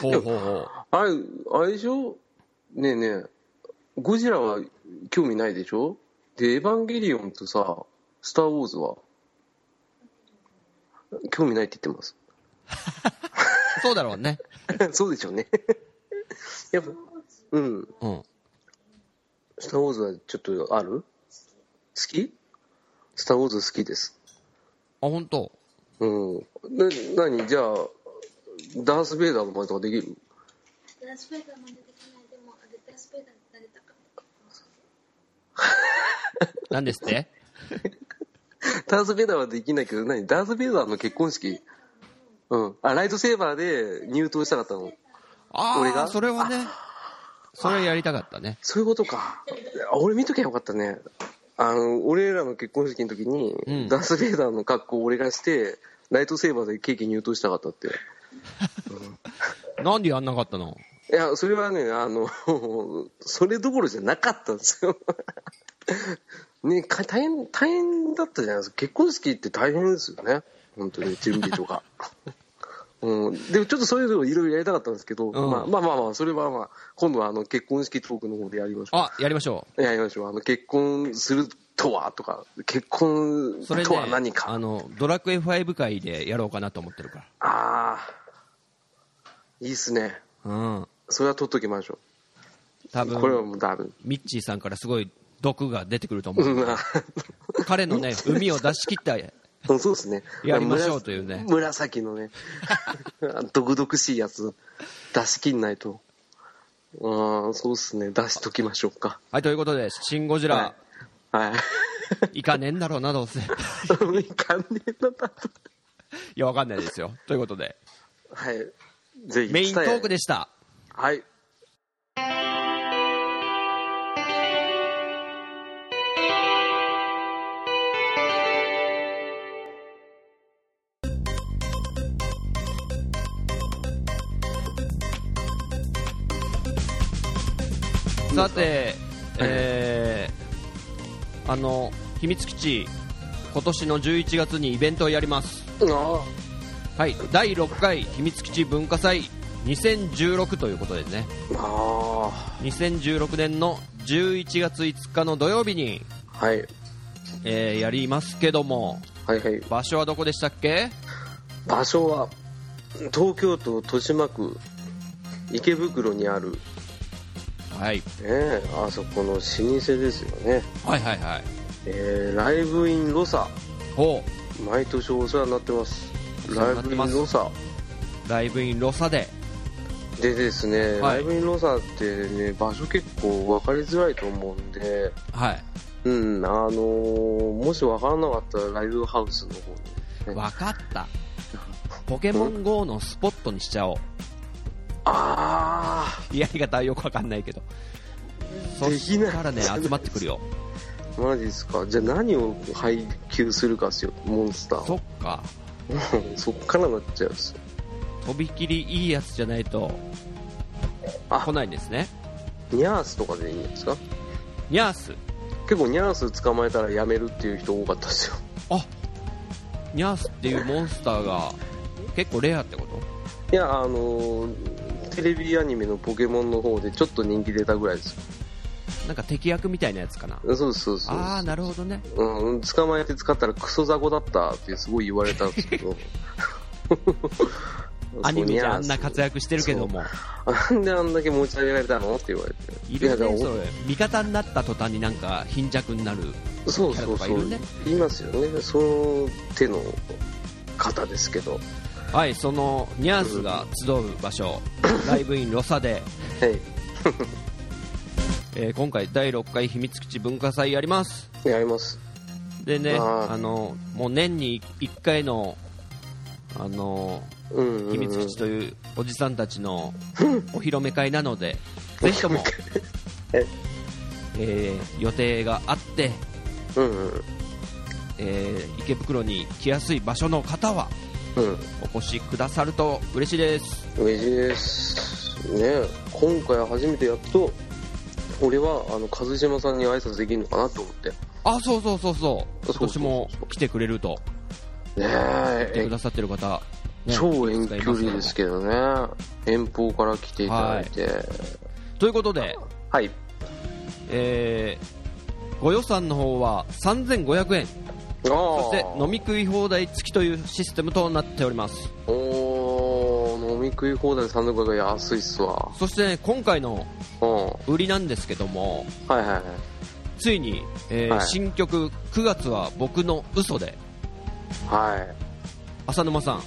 Speaker 2: ほうほうほう。
Speaker 1: あれ、あれでしょねえねえ、ゴジラは興味ないでしょで、エヴァンゲリオンとさ、スター・ウォーズは、興味ないって言ってます。
Speaker 2: そうだろうね。
Speaker 1: そうでしょうね。 やっぱ、うん。
Speaker 2: うん。
Speaker 1: スター・ウォーズはちょっとある好きスター・ウォーズ好きです。
Speaker 2: あ、本当。
Speaker 1: うん。な、なに、じゃあ、ダンス・ベイダーの真似とかできる
Speaker 3: ダンスベイダーまでできないでもあれダンスベイダーになれたかも
Speaker 2: なんですって
Speaker 1: ダンス・ベイダーはできないけど何ダンス・ベイダーの結婚式うんあライトセーバーで入党したかったの
Speaker 2: あ
Speaker 1: 俺
Speaker 2: あ、
Speaker 1: が
Speaker 2: それはね、それやりたかったね。
Speaker 1: そういうことかあ俺見ときゃよかったねあの俺らの結婚式の時に、
Speaker 2: うん
Speaker 1: ダンス・ベイダーの格好を俺がしてライトセーバーでケーキ入党したかったって
Speaker 2: なんでやんなかったの
Speaker 1: いや、それはね、あの、 それどころじゃなかったんですよ。 ね、か大変、大変だったじゃないですか。結婚式って大変ですよね。本当に、準備とか。 うん、でもちょっとそういうのをいろいろやりたかったんですけど、
Speaker 2: ん
Speaker 1: まあまあまあまあ、それはまあ、今度はあの結婚式トークの方でやりましょ
Speaker 2: あ、やりましょ
Speaker 1: う。やりましょう。あの結婚するとはとか、結婚
Speaker 2: う。それね
Speaker 1: とは何
Speaker 2: あ
Speaker 1: か。
Speaker 2: の、ドラクエ5会でやろうかなと思ってるか
Speaker 1: ああー、いいっすね。
Speaker 2: ら。うん。
Speaker 1: それは取っときましょ
Speaker 2: 多
Speaker 1: う。これは
Speaker 2: 分、
Speaker 1: もうだ分。
Speaker 2: ミッチーさんからすごい毒が出てくると思
Speaker 1: う
Speaker 2: う。
Speaker 1: ん、あ
Speaker 2: 彼 のね、海を出し切った
Speaker 1: うんそうですね。
Speaker 2: やりましょうというね
Speaker 1: むら紫の ね、毒々しいやつ出しきんないと。ああ、そうですね。出しときましょうか。
Speaker 2: はい、ということで、シン・ゴジラ、
Speaker 1: はい。
Speaker 2: いかねえんだろうな、どうせ。い
Speaker 1: い かねえなだと。
Speaker 2: や、わかんないですよ。 ということで、
Speaker 1: はい。ぜひ。
Speaker 2: メイントーク
Speaker 1: で。
Speaker 2: でした。
Speaker 1: はい。
Speaker 2: さて、えー、あの、秘密基地、今年の11月にイベントをやります。
Speaker 1: あ
Speaker 2: はい、第6回秘密基地文化祭2016ということでね、
Speaker 1: あ。あ
Speaker 2: 2016年の11月5日の土曜日に、
Speaker 1: あ。はい。
Speaker 2: えーやりますけども、
Speaker 1: はいはい。
Speaker 2: 場所はどこでしたっけ
Speaker 1: 場所は、東京都豊島区池袋にある、ね
Speaker 2: はい、
Speaker 1: え、あそこの老舗ですよね。
Speaker 2: はいはいはい。
Speaker 1: えー、ライブインロサ。
Speaker 2: ほ
Speaker 1: 毎年お世話になってます
Speaker 2: お世話
Speaker 1: ラ
Speaker 2: に
Speaker 1: イ
Speaker 2: なっ
Speaker 1: ブイ
Speaker 2: て
Speaker 1: ン
Speaker 2: ます
Speaker 1: ロサ
Speaker 2: う、ライブインロサで、
Speaker 1: でですね、
Speaker 2: はい
Speaker 1: ライブインロサってね場所結構分かりづらいと思うんで
Speaker 2: はい、
Speaker 1: うんあのーもし分からなかったらライブハウスの方に、ね、
Speaker 2: 分かった。ポケモン GO のスポットにしちゃおう。
Speaker 1: あ
Speaker 2: やり方はよくわかんないけど。そ
Speaker 1: できない
Speaker 2: したらね、集まってくるよ。
Speaker 1: あマジですかじゃあ何を配給するかっすよモンスター
Speaker 2: そ
Speaker 1: を
Speaker 2: っか、
Speaker 1: うん そっからなっちゃうっすよ
Speaker 2: とびきりいいやつじゃないと、
Speaker 1: あ
Speaker 2: 来ないんですね。
Speaker 1: ニャースとかでいいんですか
Speaker 2: ニャース。
Speaker 1: 結構ニャース捕まえたらやめるっていう人多かったっすよ
Speaker 2: あニャースっていうモンスターが結構レアってこと
Speaker 1: いやあのーテレビアニメのポケモンの方でちょっと人気出たぐらいです
Speaker 2: なんか敵役みたいなやつかな
Speaker 1: そうですそうですそうです
Speaker 2: ああなるほどね
Speaker 1: うん、捕まえて使ったらクソ雑魚だったってすごい言われたんですけど
Speaker 2: アニメじゃあんな活
Speaker 1: 躍
Speaker 2: 躍してるけども
Speaker 1: なんであんだけ持ち上げられたのって言われて
Speaker 2: いる
Speaker 1: やだ
Speaker 2: ね
Speaker 1: お
Speaker 2: それ味方になった途端になんか貧弱になる
Speaker 1: そうそう
Speaker 2: キャラとか
Speaker 1: そ
Speaker 2: いうるね
Speaker 1: いますよねその手の方ですけどは
Speaker 2: はいそのニャースが集う場 所ライブインロサで、
Speaker 1: い
Speaker 2: えー今回第6回秘密基地文化祭やります
Speaker 1: やります
Speaker 2: でね
Speaker 1: あー
Speaker 2: あのもう年に1回のあの
Speaker 1: うんうん、うん、
Speaker 2: 秘密基地というおじさんたちの お披露目会なので、ぜひとも
Speaker 1: え、
Speaker 2: えー予定があって、
Speaker 1: うんうん
Speaker 2: えー池袋に来やすい場所の方は
Speaker 1: うん
Speaker 2: お越しくださると嬉しいです。
Speaker 1: 嬉しいですね今回初めてやっと俺はあの和島さんに挨拶できるのかなと思って
Speaker 2: あ、そうそうそうそう。
Speaker 1: そう
Speaker 2: 今年も来てくれると、
Speaker 1: ね
Speaker 2: 来て
Speaker 1: え
Speaker 2: くださってる方、ね
Speaker 1: 超遠距離ですけどね遠方から来ていただいて
Speaker 2: ということで、
Speaker 1: はい
Speaker 2: えーご予算の方は3500円。
Speaker 1: ああ
Speaker 2: そして飲み食い放題付きというシステムとなっております。
Speaker 1: おー飲み食い放題3度が安いっすわ
Speaker 2: そしてね、今回の
Speaker 1: うんは
Speaker 2: 売りなんですけども、
Speaker 1: いはいはい
Speaker 2: ついに、えー
Speaker 1: はい
Speaker 2: 新曲「9月は僕の嘘で
Speaker 1: は
Speaker 2: 浅沼さん
Speaker 1: い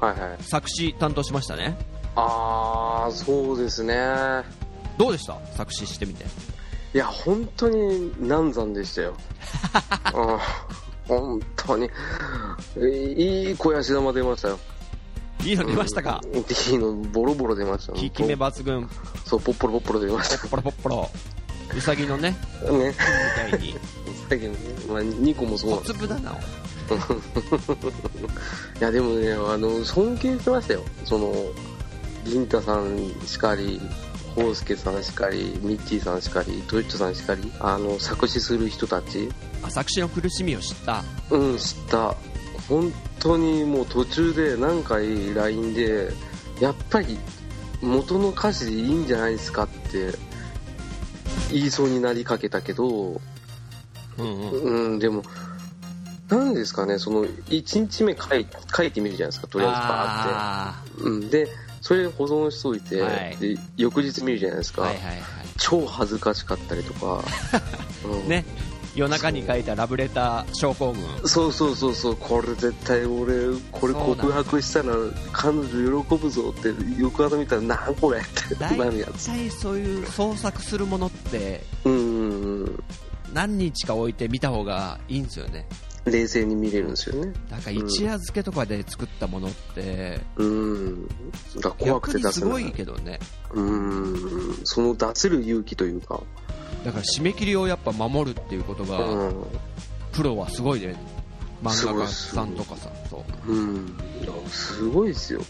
Speaker 1: はいはい
Speaker 2: 作詞担当しましたね
Speaker 1: ああそうですね
Speaker 2: どうでした作詞してみて
Speaker 1: いや本当に難産でした よ、うん、本当にいい肥やし玉出ましたよ
Speaker 2: いいの出ましたか、
Speaker 1: うんいいのボロボロ出ました
Speaker 2: 効き目抜群ポ
Speaker 1: そうポッポロポッポロ出まし
Speaker 2: ッポロポッポロウサギのね
Speaker 1: た ね
Speaker 2: みたいに
Speaker 1: だけどね、まあ、2個も そうな
Speaker 2: 小
Speaker 1: んです
Speaker 2: 粒だない
Speaker 1: やでもねあの尊敬してましたよその銀太さんしかりホウスケさんしかりミッチーさんしかりトイットさんしかりあの作詞する人たち
Speaker 2: あ作詞の苦しみを知った
Speaker 1: うん知った本当にもう途中で何回 LINE でやっぱり元の歌詞でいいんじゃないですかって言いそうになりかけたけど
Speaker 2: うんうん
Speaker 1: うん、でも、なんですかね、その、1日目書い書いてみるじゃないですか、とりあえずバ
Speaker 2: あ
Speaker 1: ーって。うん、で、それ保存しといて、
Speaker 2: はい
Speaker 1: で翌日見るじゃないです
Speaker 2: ー
Speaker 1: か、
Speaker 2: はいはいは
Speaker 1: 超恥ずかしかったりと か、う
Speaker 2: い
Speaker 1: ん
Speaker 2: ね夜中に書いたラブレター症候群
Speaker 1: そうそうそうそう、これ絶対俺、これ
Speaker 2: そうだ
Speaker 1: 告白したら彼女喜ぶぞって、翌朝見たら、なんこれって
Speaker 2: 大
Speaker 1: なるやつ。
Speaker 2: 体そういう創作するものって
Speaker 1: うんうんうん、
Speaker 2: 何日か置いて見た方がいいんですよね
Speaker 1: 冷静に見れるんですよね。
Speaker 2: なんか一夜漬けとかで作ったものって
Speaker 1: うん、だから怖
Speaker 2: 逆
Speaker 1: くて
Speaker 2: に
Speaker 1: 出
Speaker 2: す
Speaker 1: せな
Speaker 2: ご
Speaker 1: い
Speaker 2: い。けどね
Speaker 1: うん、その出せる勇気というか、
Speaker 2: だから締め切りをやっぱ守るっていうことが、
Speaker 1: うん、
Speaker 2: プロはすごいね
Speaker 1: す
Speaker 2: 漫
Speaker 1: ごい
Speaker 2: 画家
Speaker 1: です
Speaker 2: さんとかさそう
Speaker 1: うん、すごいですよ。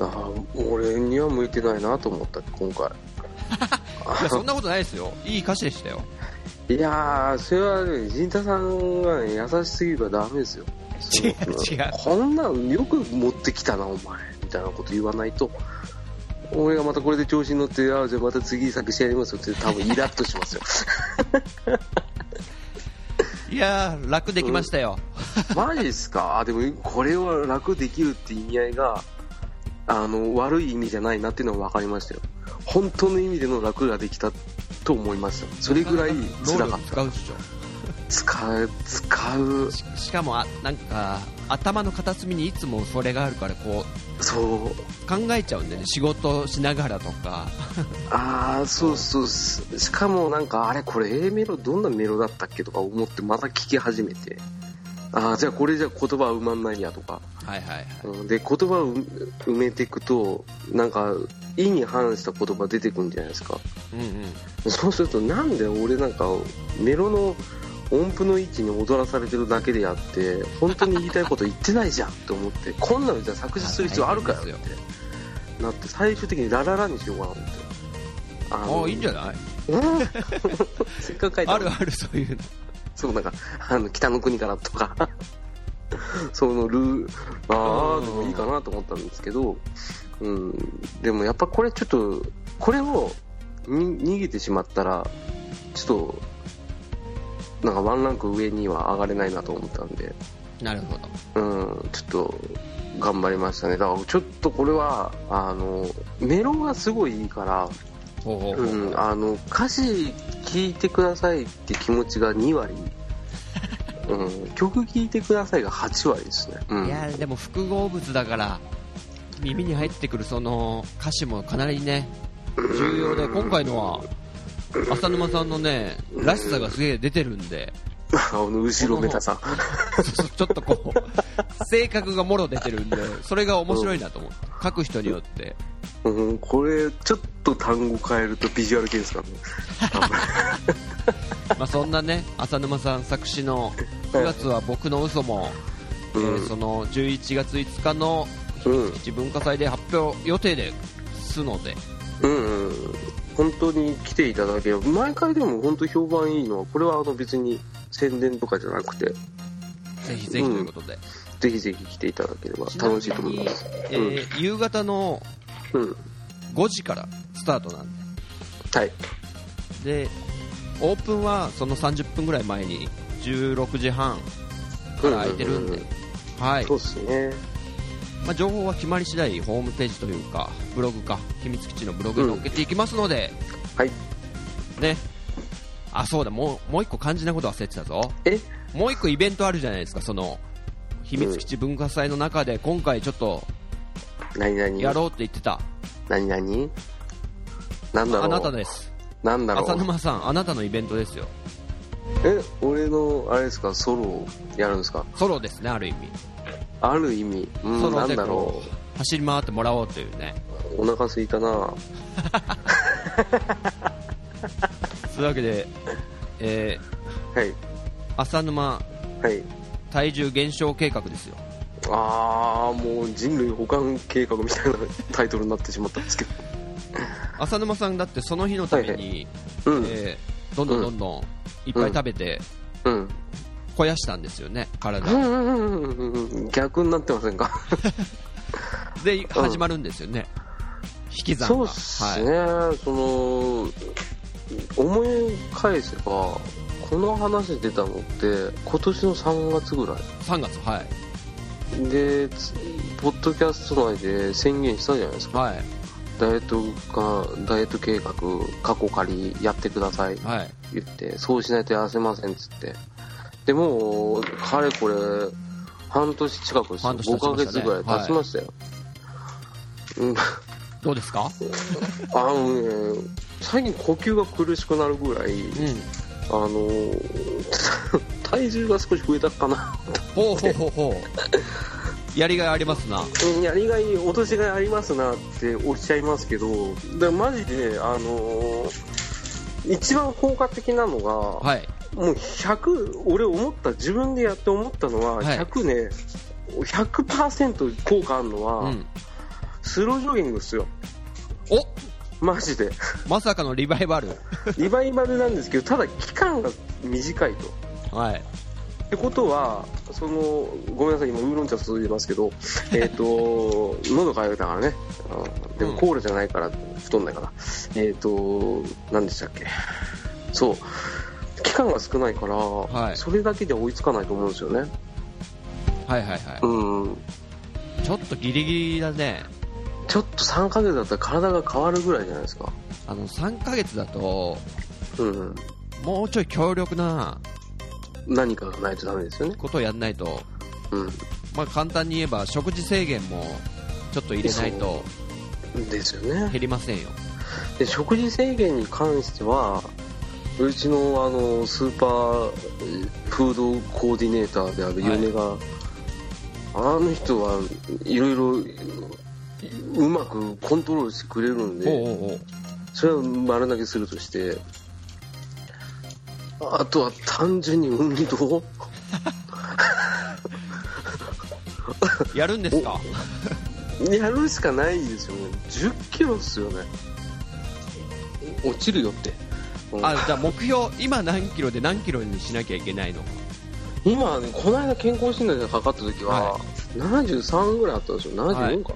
Speaker 1: あー俺には向いてないなと思った、今回。
Speaker 2: いやそんなことないですよいい歌詞でしたよ
Speaker 1: いやー、それはね、陣太さんが、ね、優しすぎるからダメですよ。
Speaker 2: 違う違う
Speaker 1: こんなんよく持ってきたな、お前。みたいなこと言わないと。俺がまたこれで調子に乗って、あーじゃあまた次作詞やりますよって多分イラッとしますよ。
Speaker 2: いやー楽できましたよ、
Speaker 1: マジっすかあでもこれは楽できるって意味合いがあの悪い意味じゃないなっていうのは分かりましたよ本当の意味での楽ができたと思いましたそれぐらい
Speaker 2: 能
Speaker 1: 辛かっ
Speaker 2: 力使
Speaker 1: た使
Speaker 2: うっしょ
Speaker 1: う使う
Speaker 2: ししかもあなんか頭の片隅にいつもそれがあるからこう
Speaker 1: そう
Speaker 2: 考えちゃうんだよね仕事しながらとか
Speaker 1: ああそうそうすしかもなんかあれこれ A メロどんなメロだったっけとか思ってまた聞き始めてああじゃあこれじゃ言葉は埋まんないやとか
Speaker 2: はいはいはい
Speaker 1: うんで言葉を埋埋めていくとなんか意に反した言葉出てくるんじゃないですか
Speaker 2: うんうん
Speaker 1: そうするとなんで俺なんかメロの音符の位置に踊らされてるだけであって本当に言いたいこと言ってないじゃんって思って こんなのじゃ作詞する必要あるかよ
Speaker 2: あ大変で
Speaker 1: ってなって最終的にラララにしようかなと思ってあ
Speaker 2: ああいいんじ
Speaker 1: ゃ
Speaker 2: ゃない
Speaker 1: せっかく書いた
Speaker 2: あ
Speaker 1: の
Speaker 2: るあ るそういうの
Speaker 1: そうなんかあの北の国からとか そのルーああでもいいかなと思ったんですけど、うん、でもやっぱこれちょっとこれをに逃げてしまったらちょっとなんかワンランク上には上がれないなと思ったんで、
Speaker 2: なるほど
Speaker 1: うん、ちょっと頑張りましたねだからちょっとこれはあのメロがすごいいいから、
Speaker 2: ほうほうほう、
Speaker 1: うん、あの歌詞聴いてくださいって気持ちが2割、うん、曲聴いてくださいが8割ですね、うん、
Speaker 2: いやーでも複合物だから耳に入ってくるその歌詞もかなりね重要で今回のは浅沼さんのねらしさがすげえ出てるんで
Speaker 1: あの後ろめたさ
Speaker 2: ちょっとこう性格がもろ出てるんでそれが面白いなと思う書く人によって
Speaker 1: うん、これちょっと単語変えるとビジュアル系ですからね
Speaker 2: まあそんなね浅沼さん作詞の9月は僕の嘘もえ
Speaker 1: うん
Speaker 2: ーその11月5日の
Speaker 1: うん
Speaker 2: 一文化祭で発表予定ですので
Speaker 1: うんうん本当に来ていただければ毎回でも本当評判いいのはこれはあの別に宣伝とかじゃなくて
Speaker 2: ぜひぜひということで
Speaker 1: ぜひぜひ来ていただければ
Speaker 2: ちなみ
Speaker 1: 楽
Speaker 2: に
Speaker 1: しいと思います
Speaker 2: えー夕方の
Speaker 1: うん
Speaker 2: 5時からスタートなん
Speaker 1: はい
Speaker 2: ででオープンはその30分ぐらい前に16時半から空いてるんで、
Speaker 1: うう
Speaker 2: はい
Speaker 1: そうっすね
Speaker 2: まあ、情報は決まり次第ホームページというかブログか秘密基地のブログに載っけていきますので、
Speaker 1: はい
Speaker 2: ねあそうだもうもう一個肝心なこと忘れてたぞ
Speaker 1: え
Speaker 2: もう一個イベントあるじゃないですかその秘密基地文化祭の中で今回ちょっと
Speaker 1: 何々
Speaker 2: やろうって言ってた、
Speaker 1: 何々なんだろう
Speaker 2: あなたです
Speaker 1: なんだろう
Speaker 2: 浅沼さんあなたのイベントですよ
Speaker 1: え俺のあれですかソロをやるんですか
Speaker 2: ソロですねある意味、
Speaker 1: ある意味、うん、
Speaker 2: ソ
Speaker 1: な
Speaker 2: ロ
Speaker 1: ん
Speaker 2: で
Speaker 1: だ
Speaker 2: こ
Speaker 1: ろ
Speaker 2: う走り回ってもらおうというね
Speaker 1: うお腹空すいたな
Speaker 2: そういうわけで、え
Speaker 1: はい
Speaker 2: ー浅沼
Speaker 1: はい
Speaker 2: 体重減少計画ですよ
Speaker 1: ああもう人類保管計画みたいな タイトルになってしまったんですけ
Speaker 2: 浅沼さんだってその日のため
Speaker 1: は
Speaker 2: に、
Speaker 1: いどうん、
Speaker 2: えーどんどんどんどんいっぱい食べて
Speaker 1: うん
Speaker 2: 肥やしたんですよね体
Speaker 1: うんうんうんうんうん逆になってませんか
Speaker 2: で始まるんですよね引き算
Speaker 1: そう
Speaker 2: が
Speaker 1: っすね、その思い返せばこの話出たのって今年の3月ぐら
Speaker 2: 3月はい
Speaker 1: いでつポッドキャスト内で宣言したじゃないですか
Speaker 2: はい
Speaker 1: ダイエットかダイエット計画過去仮やってください
Speaker 2: はい
Speaker 1: 言ってそうしないと痩せませんっつってでもうかれこれ半年近くですよ
Speaker 2: 半年経ち
Speaker 1: 5ヶ
Speaker 2: ましたね
Speaker 1: 月ぐらい経ちましたよ、うん
Speaker 2: どうですか
Speaker 1: あのね最近呼吸が苦しくなるぐらい
Speaker 2: うん
Speaker 1: あの 体重が少し増えたかな
Speaker 2: ほうほうほうほ うやりがいありますな
Speaker 1: うんやりがい落としがいありますなっておっしゃいますけどでマジであの一番効果的なのが、
Speaker 2: はい
Speaker 1: もう100俺思った自分でやって思ったのは
Speaker 2: はい
Speaker 1: 100ね、100%効果あるのは、
Speaker 2: うん
Speaker 1: スロージョギングですよ
Speaker 2: お
Speaker 1: マジで
Speaker 2: まさかのリバイバル
Speaker 1: リバイバルなんですけどただ期間が短いと
Speaker 2: はい
Speaker 1: ってことはそのごめんなさい今ウーロン茶注いでますけ どえっと喉乾いたからねうんで
Speaker 2: う
Speaker 1: も
Speaker 2: ん
Speaker 1: コーラじゃないから太んないからえっ、と何でしたっけそう期間が少ないから、
Speaker 2: はい
Speaker 1: それだけじゃ追いつかないと思うんですよね
Speaker 2: はいはいは
Speaker 1: うん
Speaker 2: いちょっとギリギリだね
Speaker 1: ちょっと3ヶ月だったら体が変わるぐらいじゃないですか。
Speaker 2: あの3ヶ月だと
Speaker 1: うん。
Speaker 2: もうちょい強力な
Speaker 1: 何かがないとダメですよね。
Speaker 2: ことをやんないと
Speaker 1: う
Speaker 2: まあ簡単に言えば食事制限もちょっと入れないと
Speaker 1: ん。ですよね。
Speaker 2: 減りませんよ
Speaker 1: で、食事制限に関しては、うちのあの、スーパーフードコーディネーターである
Speaker 2: はい
Speaker 1: 嫁が、あの人はいろいろうまくコントロールしてくれるんで、
Speaker 2: おうおうおう
Speaker 1: それは丸投げするとしてあとは単純に運動
Speaker 2: やるんです か
Speaker 1: やるしかないですよね1 0キロっすよね落ちるよって、うん
Speaker 2: あじゃあ目標今何キロで何キロにしなきゃいけないの
Speaker 1: 今ねこの間健康診断でかかった時は、
Speaker 2: は
Speaker 1: 73ぐらいあったんですよ74か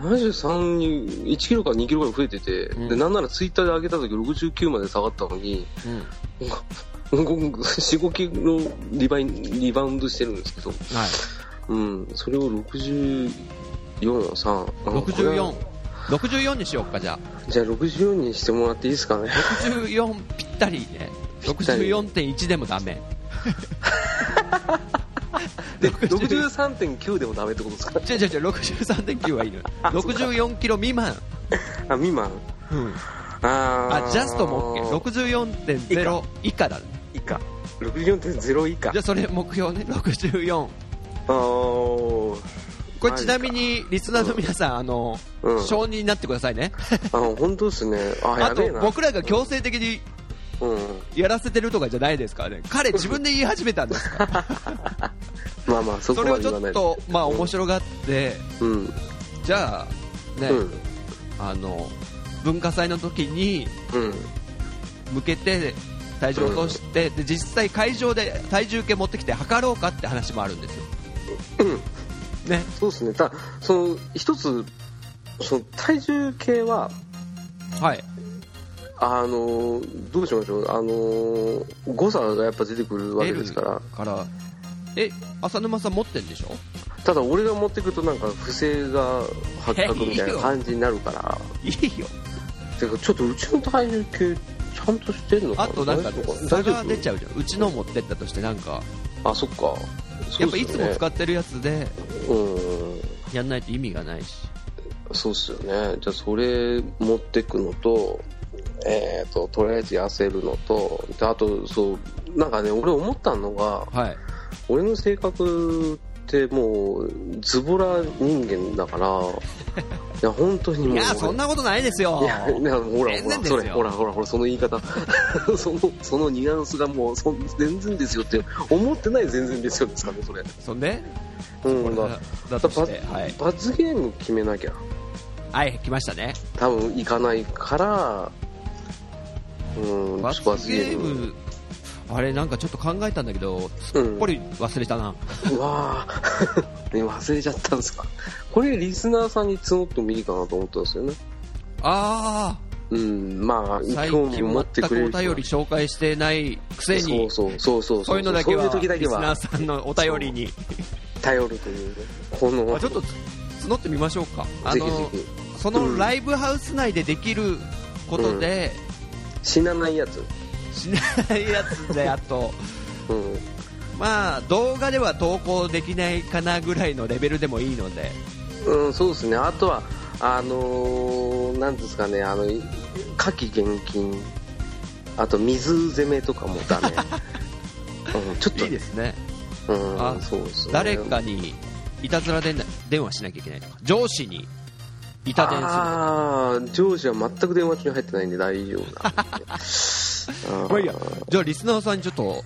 Speaker 1: な、73に1キロから2キロぐらい増えてて、
Speaker 2: うん
Speaker 1: でなんならツイッターで上げた時69まで下がったのに
Speaker 2: うん
Speaker 1: 45キロリバイリバウンドしてるんですけど、
Speaker 2: はい
Speaker 1: うん、それを64、3、うんこれは
Speaker 2: 6464にしようかじゃ
Speaker 1: じゃあ64にしてもらっていいです かね。
Speaker 2: あ64ぴったりね
Speaker 1: たり
Speaker 2: 64.1でもダメ
Speaker 1: で、63.9でもダメってことですか
Speaker 2: 違う違う違う63.9はいいのよ64キロ未満、
Speaker 1: あ、未満。
Speaker 2: うん、
Speaker 1: あー
Speaker 2: あジャストも OK64.0以下だね
Speaker 1: 以下。64.0以下
Speaker 2: じゃ。あそれ目標ね64
Speaker 1: あー
Speaker 2: これちなみにリスナーの皆さんあの、
Speaker 1: うん
Speaker 2: 承認になってくださいね
Speaker 1: あの、本当ですね。あ、
Speaker 2: あ
Speaker 1: やべえ
Speaker 2: と
Speaker 1: な。
Speaker 2: 僕らが強制的に
Speaker 1: うん。
Speaker 2: やらせてるとかじゃないですからね彼自分で言い始めたんですから
Speaker 1: まあまあ、 そこ
Speaker 2: それ
Speaker 1: ま
Speaker 2: を
Speaker 1: で
Speaker 2: ち
Speaker 1: 言
Speaker 2: ょ
Speaker 1: わな
Speaker 2: っ
Speaker 1: いで。
Speaker 2: と、まあ、面白がって、
Speaker 1: うん。
Speaker 2: じゃあ、ね、
Speaker 1: うん。
Speaker 2: あの、文化祭の時に
Speaker 1: うん。
Speaker 2: 向けて、体重を落として、で、実際会場で体重計持ってきて測ろうかって話もあるんですよ。ね、
Speaker 1: そうですね。ただ、その、一つ、その、体重計は、
Speaker 2: はい。
Speaker 1: あのーどうしましょう、あのー誤差がやっぱ出てくるわけですから、
Speaker 2: L から、え、浅沼さん持ってんでしょ
Speaker 1: ただ俺が持ってくると、なんか不正が発覚みたいな感じになるから、
Speaker 2: いいよ。
Speaker 1: てかちょっとうちの体重計、ちゃんとしてるのか
Speaker 2: あ
Speaker 1: な、
Speaker 2: となんか
Speaker 1: 大丈夫、
Speaker 2: 差が出ちゃうじゃん。うちの持ってったとしてなんか、
Speaker 1: あ、そっか、
Speaker 2: やっぱいつも使
Speaker 1: っ
Speaker 2: ってるやつで
Speaker 1: うん
Speaker 2: やんないと意味がないし
Speaker 1: そうっすよねじゃあそれ持ってくのとえっ、ととりあえず痩せるのとであとそうなんかね俺思ったのが
Speaker 2: はい
Speaker 1: 俺の性格ってもうズボラ人間だから いや本当にもう
Speaker 2: いやそんなことないですよ
Speaker 1: いやいやほら
Speaker 2: 全
Speaker 1: ほ
Speaker 2: 然
Speaker 1: ら
Speaker 2: です
Speaker 1: そ
Speaker 2: よ
Speaker 1: れほらほらほらその言い方 そのそのニュアンスがもうそん全然ですよって思ってない全然ですよですからねそれ
Speaker 2: そんで
Speaker 1: うんだ
Speaker 2: だだとしてはい、
Speaker 1: 罰ゲーム決めなきゃ
Speaker 2: はい、来ましたね
Speaker 1: 多分行かないからうん
Speaker 2: 罰ゲームあれなんかちょっと考えたんだけどすっ
Speaker 1: うん
Speaker 2: ぽり忘れたな、
Speaker 1: うわー ね忘れちゃったんですかこれリスナーさんに募ってもいいかなと思ったんですよね
Speaker 2: あ
Speaker 1: うんま
Speaker 2: あ
Speaker 1: あ
Speaker 2: 最
Speaker 1: 興味
Speaker 2: 近
Speaker 1: を持って
Speaker 2: 全
Speaker 1: く
Speaker 2: く
Speaker 1: れ
Speaker 2: お
Speaker 1: る人
Speaker 2: 便り紹介してないくせに
Speaker 1: そうそうそうそう
Speaker 2: そういうのだけは
Speaker 1: そういう時だけ
Speaker 2: リスナー
Speaker 1: は
Speaker 2: さんのお便りに
Speaker 1: 頼るというねこの
Speaker 2: あちょっと募ってみましょうかあ
Speaker 1: ぜ
Speaker 2: の
Speaker 1: ひぜひ
Speaker 2: そのライブハウス内でできることで、
Speaker 1: 死なないやつ、
Speaker 2: しないやつであと
Speaker 1: うん、
Speaker 2: まあ動画では投稿できないかなぐらいのレベルでもいいので
Speaker 1: うん、そうですね、あとは、あのーなんですかね、あの、火気厳禁、あと水攻めとかもダ メ。うん、ちょっと、
Speaker 2: いいですね
Speaker 1: うん、
Speaker 2: あ
Speaker 1: そうですね。
Speaker 2: 誰かにいたずら電電話しなきゃいけないとか上司にいた電するとか
Speaker 1: ああー、上司は全く電話中に入ってないんで大丈 夫なんで
Speaker 2: まあいいやじゃあリスナーさんにちょっと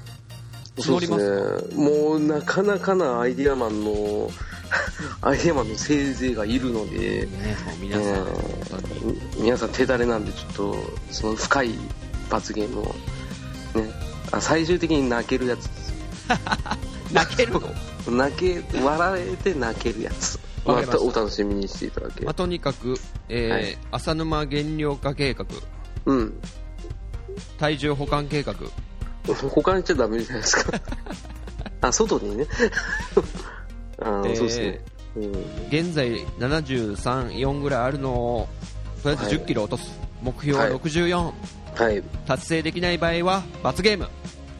Speaker 1: そう
Speaker 2: 募
Speaker 1: で
Speaker 2: ります
Speaker 1: すね。もう、なかなかなアイディアマンの、 アイディアマンのせいぜいがいるので、
Speaker 2: ねもう皆さん本当に
Speaker 1: 皆さん手だれなんでちょっとその深い罰ゲームをねあ最終的に泣けるやつです
Speaker 2: 泣けるの、
Speaker 1: 泣け笑えて泣けるやつ
Speaker 2: わ
Speaker 1: ま
Speaker 2: かりました
Speaker 1: たお楽しみにしていただけ、
Speaker 2: まあ、とにかく、えー
Speaker 1: はい
Speaker 2: 浅沼減量化計画
Speaker 1: うん
Speaker 2: 体重保管計画
Speaker 1: 他にしちゃダメじゃない ですかあ外にね あ、
Speaker 2: えー
Speaker 1: そうですね、うん、
Speaker 2: 現在734ぐらいあるのをとりあえず1 0キロ落とす、目標は
Speaker 1: はい
Speaker 2: 64、
Speaker 1: はい
Speaker 2: 達成できない場合は罰ゲーム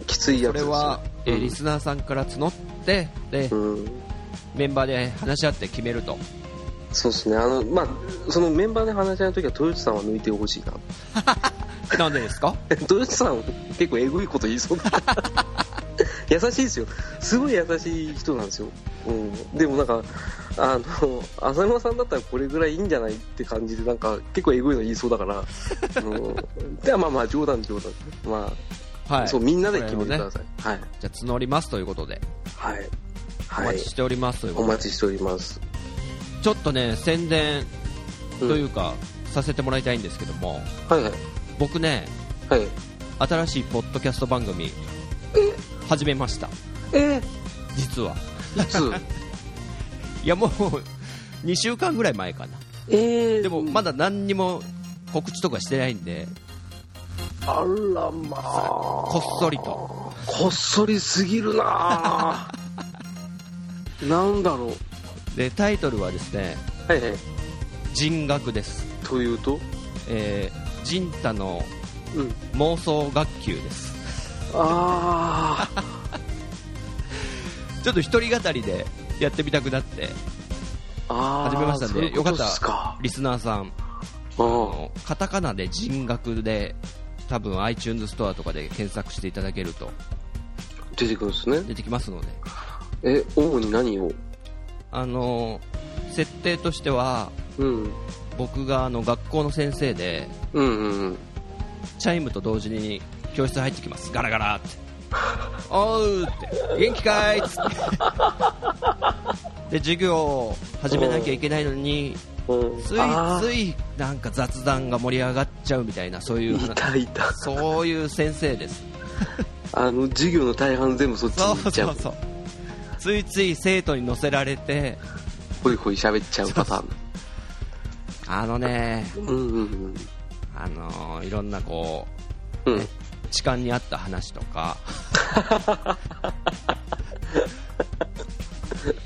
Speaker 1: きついやつ
Speaker 2: こ
Speaker 1: で
Speaker 2: れ
Speaker 1: すね
Speaker 2: は、えー
Speaker 1: うん
Speaker 2: リスナーさんから募ってで、
Speaker 1: うん
Speaker 2: メンバーで話し合って決めると
Speaker 1: そうですねあのまあそのメンバーで話し合う時は豊内さんは抜いてほしいな
Speaker 2: なんでですか
Speaker 1: ドイツさん結構えぐいこと言いそうだ 優しいですよすごい優しい人なんですよ、うん、でもなんかあの浅沼さんだったらこれぐらいいいんじゃないって感じでなんか結構えぐいの言いそうだから、うん、ではまあまあ冗談冗談まあ、
Speaker 2: はい
Speaker 1: そうみんなで決めてく
Speaker 2: これを
Speaker 1: だ
Speaker 2: ね
Speaker 1: さい、はい
Speaker 2: じゃあ募りますということで
Speaker 1: はい
Speaker 2: お
Speaker 1: はい
Speaker 2: 待ちしておりますというこ
Speaker 1: お
Speaker 2: とで、
Speaker 1: 待ちしております
Speaker 2: ちょっとね宣伝と
Speaker 1: うん
Speaker 2: いうか、させてもらいたいんですけども
Speaker 1: はいはい
Speaker 2: 僕ね
Speaker 1: はい
Speaker 2: 新しいポッドキャスト番組始めました
Speaker 1: え
Speaker 2: 実は
Speaker 1: ー、いつ
Speaker 2: いやもう2週間ぐらい前かな
Speaker 1: えー、
Speaker 2: でもまだ何にも告知とかしてないんで
Speaker 1: あらまあ
Speaker 2: こっそりと
Speaker 1: こっそりすぎるな あなんだろう
Speaker 2: でタイトルはですね
Speaker 1: はいはい
Speaker 2: 「人学」です
Speaker 1: というと
Speaker 2: えー、ジンタの
Speaker 1: うん
Speaker 2: 妄想学級です
Speaker 1: あ あ
Speaker 2: ちょっと一人語りでやってみたくなって
Speaker 1: あー
Speaker 2: 始めましたん
Speaker 1: そうい
Speaker 2: で
Speaker 1: うこ
Speaker 2: よか
Speaker 1: と
Speaker 2: った
Speaker 1: すから
Speaker 2: リスナーさん
Speaker 1: う
Speaker 2: あ
Speaker 1: ん
Speaker 2: のカタカナで人学で多分 iTunes ストアとかで検索していただけると
Speaker 1: 出てくるんですね
Speaker 2: 出てきますので
Speaker 1: え主に何を
Speaker 2: あの設定としては
Speaker 1: うん
Speaker 2: 僕があの学校の先生で
Speaker 1: うんうんうん
Speaker 2: チャイムと同時に教室入ってきますガラガラって「おう」って「元気かい?」っつ ってで授業を始めなきゃいけないのに
Speaker 1: うん
Speaker 2: つい
Speaker 1: あー
Speaker 2: ついなんか雑談が盛り上がっちゃうみたいなそういう
Speaker 1: い
Speaker 2: 話
Speaker 1: たいた
Speaker 2: そういう先生です
Speaker 1: あの授業の大半全部そっち
Speaker 2: そ
Speaker 1: に行
Speaker 2: う
Speaker 1: っちゃ
Speaker 2: そう
Speaker 1: う
Speaker 2: そうついつい生徒に乗せられて
Speaker 1: ほいほい喋っちゃうパターン
Speaker 2: あのね
Speaker 1: うんうん
Speaker 2: あのーいろんなこ
Speaker 1: うんうん
Speaker 2: う痴漢にあった話とか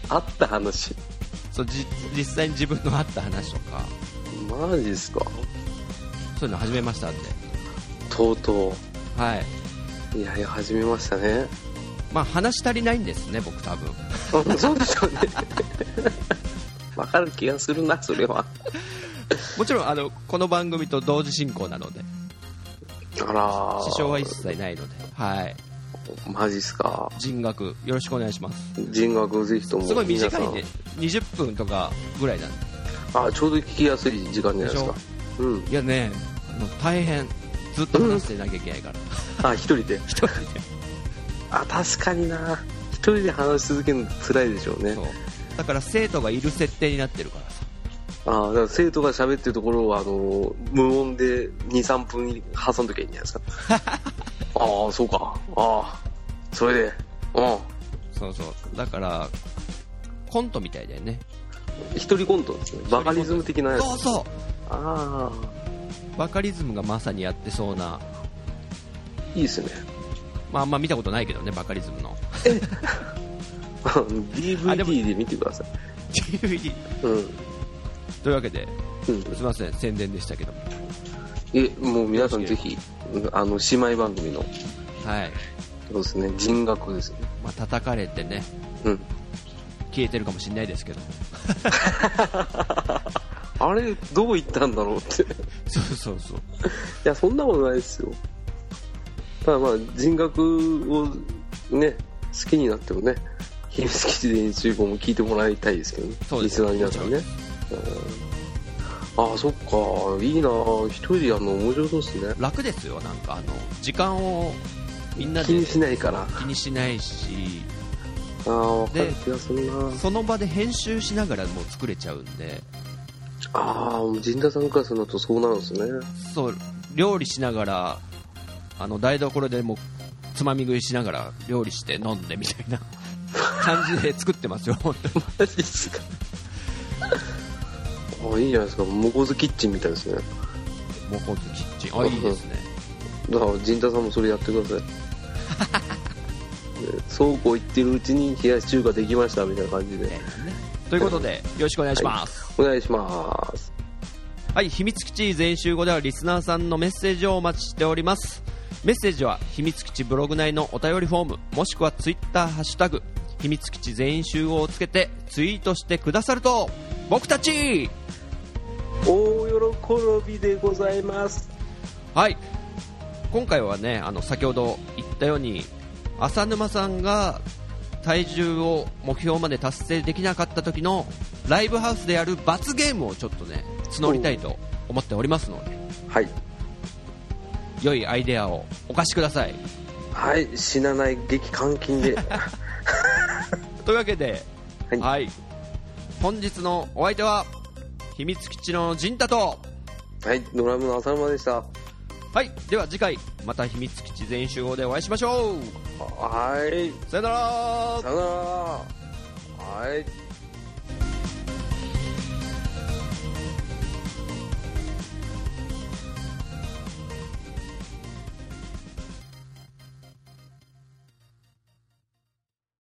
Speaker 1: あった話
Speaker 2: そうじ実際に自分のあった話とか
Speaker 1: マジですか
Speaker 2: そういうの始めましたんで
Speaker 1: とうと
Speaker 2: はいう
Speaker 1: やり始めましたね
Speaker 2: まあ話し足りないんですね僕多分
Speaker 1: うんそうでしょうね わかる気がするなそれは
Speaker 2: もちろんあのこの番組と同時進行なので
Speaker 1: あら
Speaker 2: 支障は一切ないのではい
Speaker 1: マジっすか
Speaker 2: 人学よろしくお願いします
Speaker 1: 人学ぜひとも
Speaker 2: すごい
Speaker 1: 皆
Speaker 2: 短
Speaker 1: さ
Speaker 2: い
Speaker 1: ん
Speaker 2: んで20分とかぐらいなんで
Speaker 1: あちょうど聞きやすい時間じゃないですか
Speaker 2: で
Speaker 1: うん
Speaker 2: いやねもう大変ずっと話してなきゃいけないから
Speaker 1: あ一人で
Speaker 2: 一人
Speaker 1: あ確かにな一人で話し続けるの辛いでしょう
Speaker 2: で
Speaker 1: ね
Speaker 2: そうだから生徒がいる設定になってるからさ
Speaker 1: あだから生徒が喋ってるところをあの無音で23分挟んどきゃいいんじゃない ですかああそうかああそれでうん
Speaker 2: そうそうだからコントみたいだよね
Speaker 1: 一人コントですねバカリズム的なやつ
Speaker 2: そうそ
Speaker 1: ああ
Speaker 2: うバカリズムがまさにやってそうな
Speaker 1: いいですね
Speaker 2: まああんま見たことないけどねバカリズムの あでも
Speaker 1: DVD で見てください
Speaker 2: DVD
Speaker 1: うん、
Speaker 2: というわけで
Speaker 1: うん、
Speaker 2: すいません宣伝でしたけども
Speaker 1: えもう皆さんぜひうんあの姉妹番組の
Speaker 2: はい
Speaker 1: そうですね人学ですね
Speaker 2: まあ叩かれてね
Speaker 1: うん
Speaker 2: 消えてるかもしれないですけど
Speaker 1: あれどう行ったんだろうって
Speaker 2: そうそうそう
Speaker 1: いや、そんなことないですよ。ただまあ、人格をね、好きになってもね、秘密基地で演習法も聞いてもらいたいですけどね。
Speaker 2: そうです
Speaker 1: リスナー皆さんね。うんああ、そっか。いいな一人でやるの面白そうですね。
Speaker 2: 楽ですよなんかあの時間をみんなで
Speaker 1: 気にしないから。
Speaker 2: 気にしないし
Speaker 1: ああ、わかる気がするな
Speaker 2: その場で編集しながらもう作れちゃうんで
Speaker 1: ああ、もう陣田さんからするとそうなるんですね。
Speaker 2: そう料理しながらあの台所でもうつまみ食いしながら料理して飲んでみたいな感じで作ってますよ本 当に
Speaker 1: マジですか。ああ、いいじゃないですか。モコズキッチンみたいですね。
Speaker 2: もうこのキッチンあいいですね
Speaker 1: だから陣田さんもそれやってくだ さいで倉庫行ってるうちに冷やし中華できましたみたいな感じ
Speaker 2: ね
Speaker 1: で
Speaker 2: ということでよろしくお願いします、
Speaker 1: お願いします
Speaker 2: はい、秘密基地全集後ではリスナーさんのメッセージをお待ちしておりますメッセージは秘密基地ブログ内のお便りフォームもしくはツイッターハッシュタグ秘密基地全員集合をつけてツイートしてくださると僕たち
Speaker 1: 大喜びでございます
Speaker 2: はい今回はねあの先ほど言ったように浅沼さんが体重を目標まで達成できなかった時のライブハウスでやる罰ゲームをちょっとね募りたいと思っておりますので
Speaker 1: はい
Speaker 2: 良いアイデアをお貸しください
Speaker 1: はい死なない激監禁 で
Speaker 2: というわけで、は、
Speaker 1: はいい
Speaker 2: 本日のお相手は秘密基地の陣太と
Speaker 1: はいドラムの浅沼でした
Speaker 2: はいでは次回また秘密基地全員集合でお会いしましょう
Speaker 1: はい
Speaker 2: さよなら
Speaker 1: さよならはい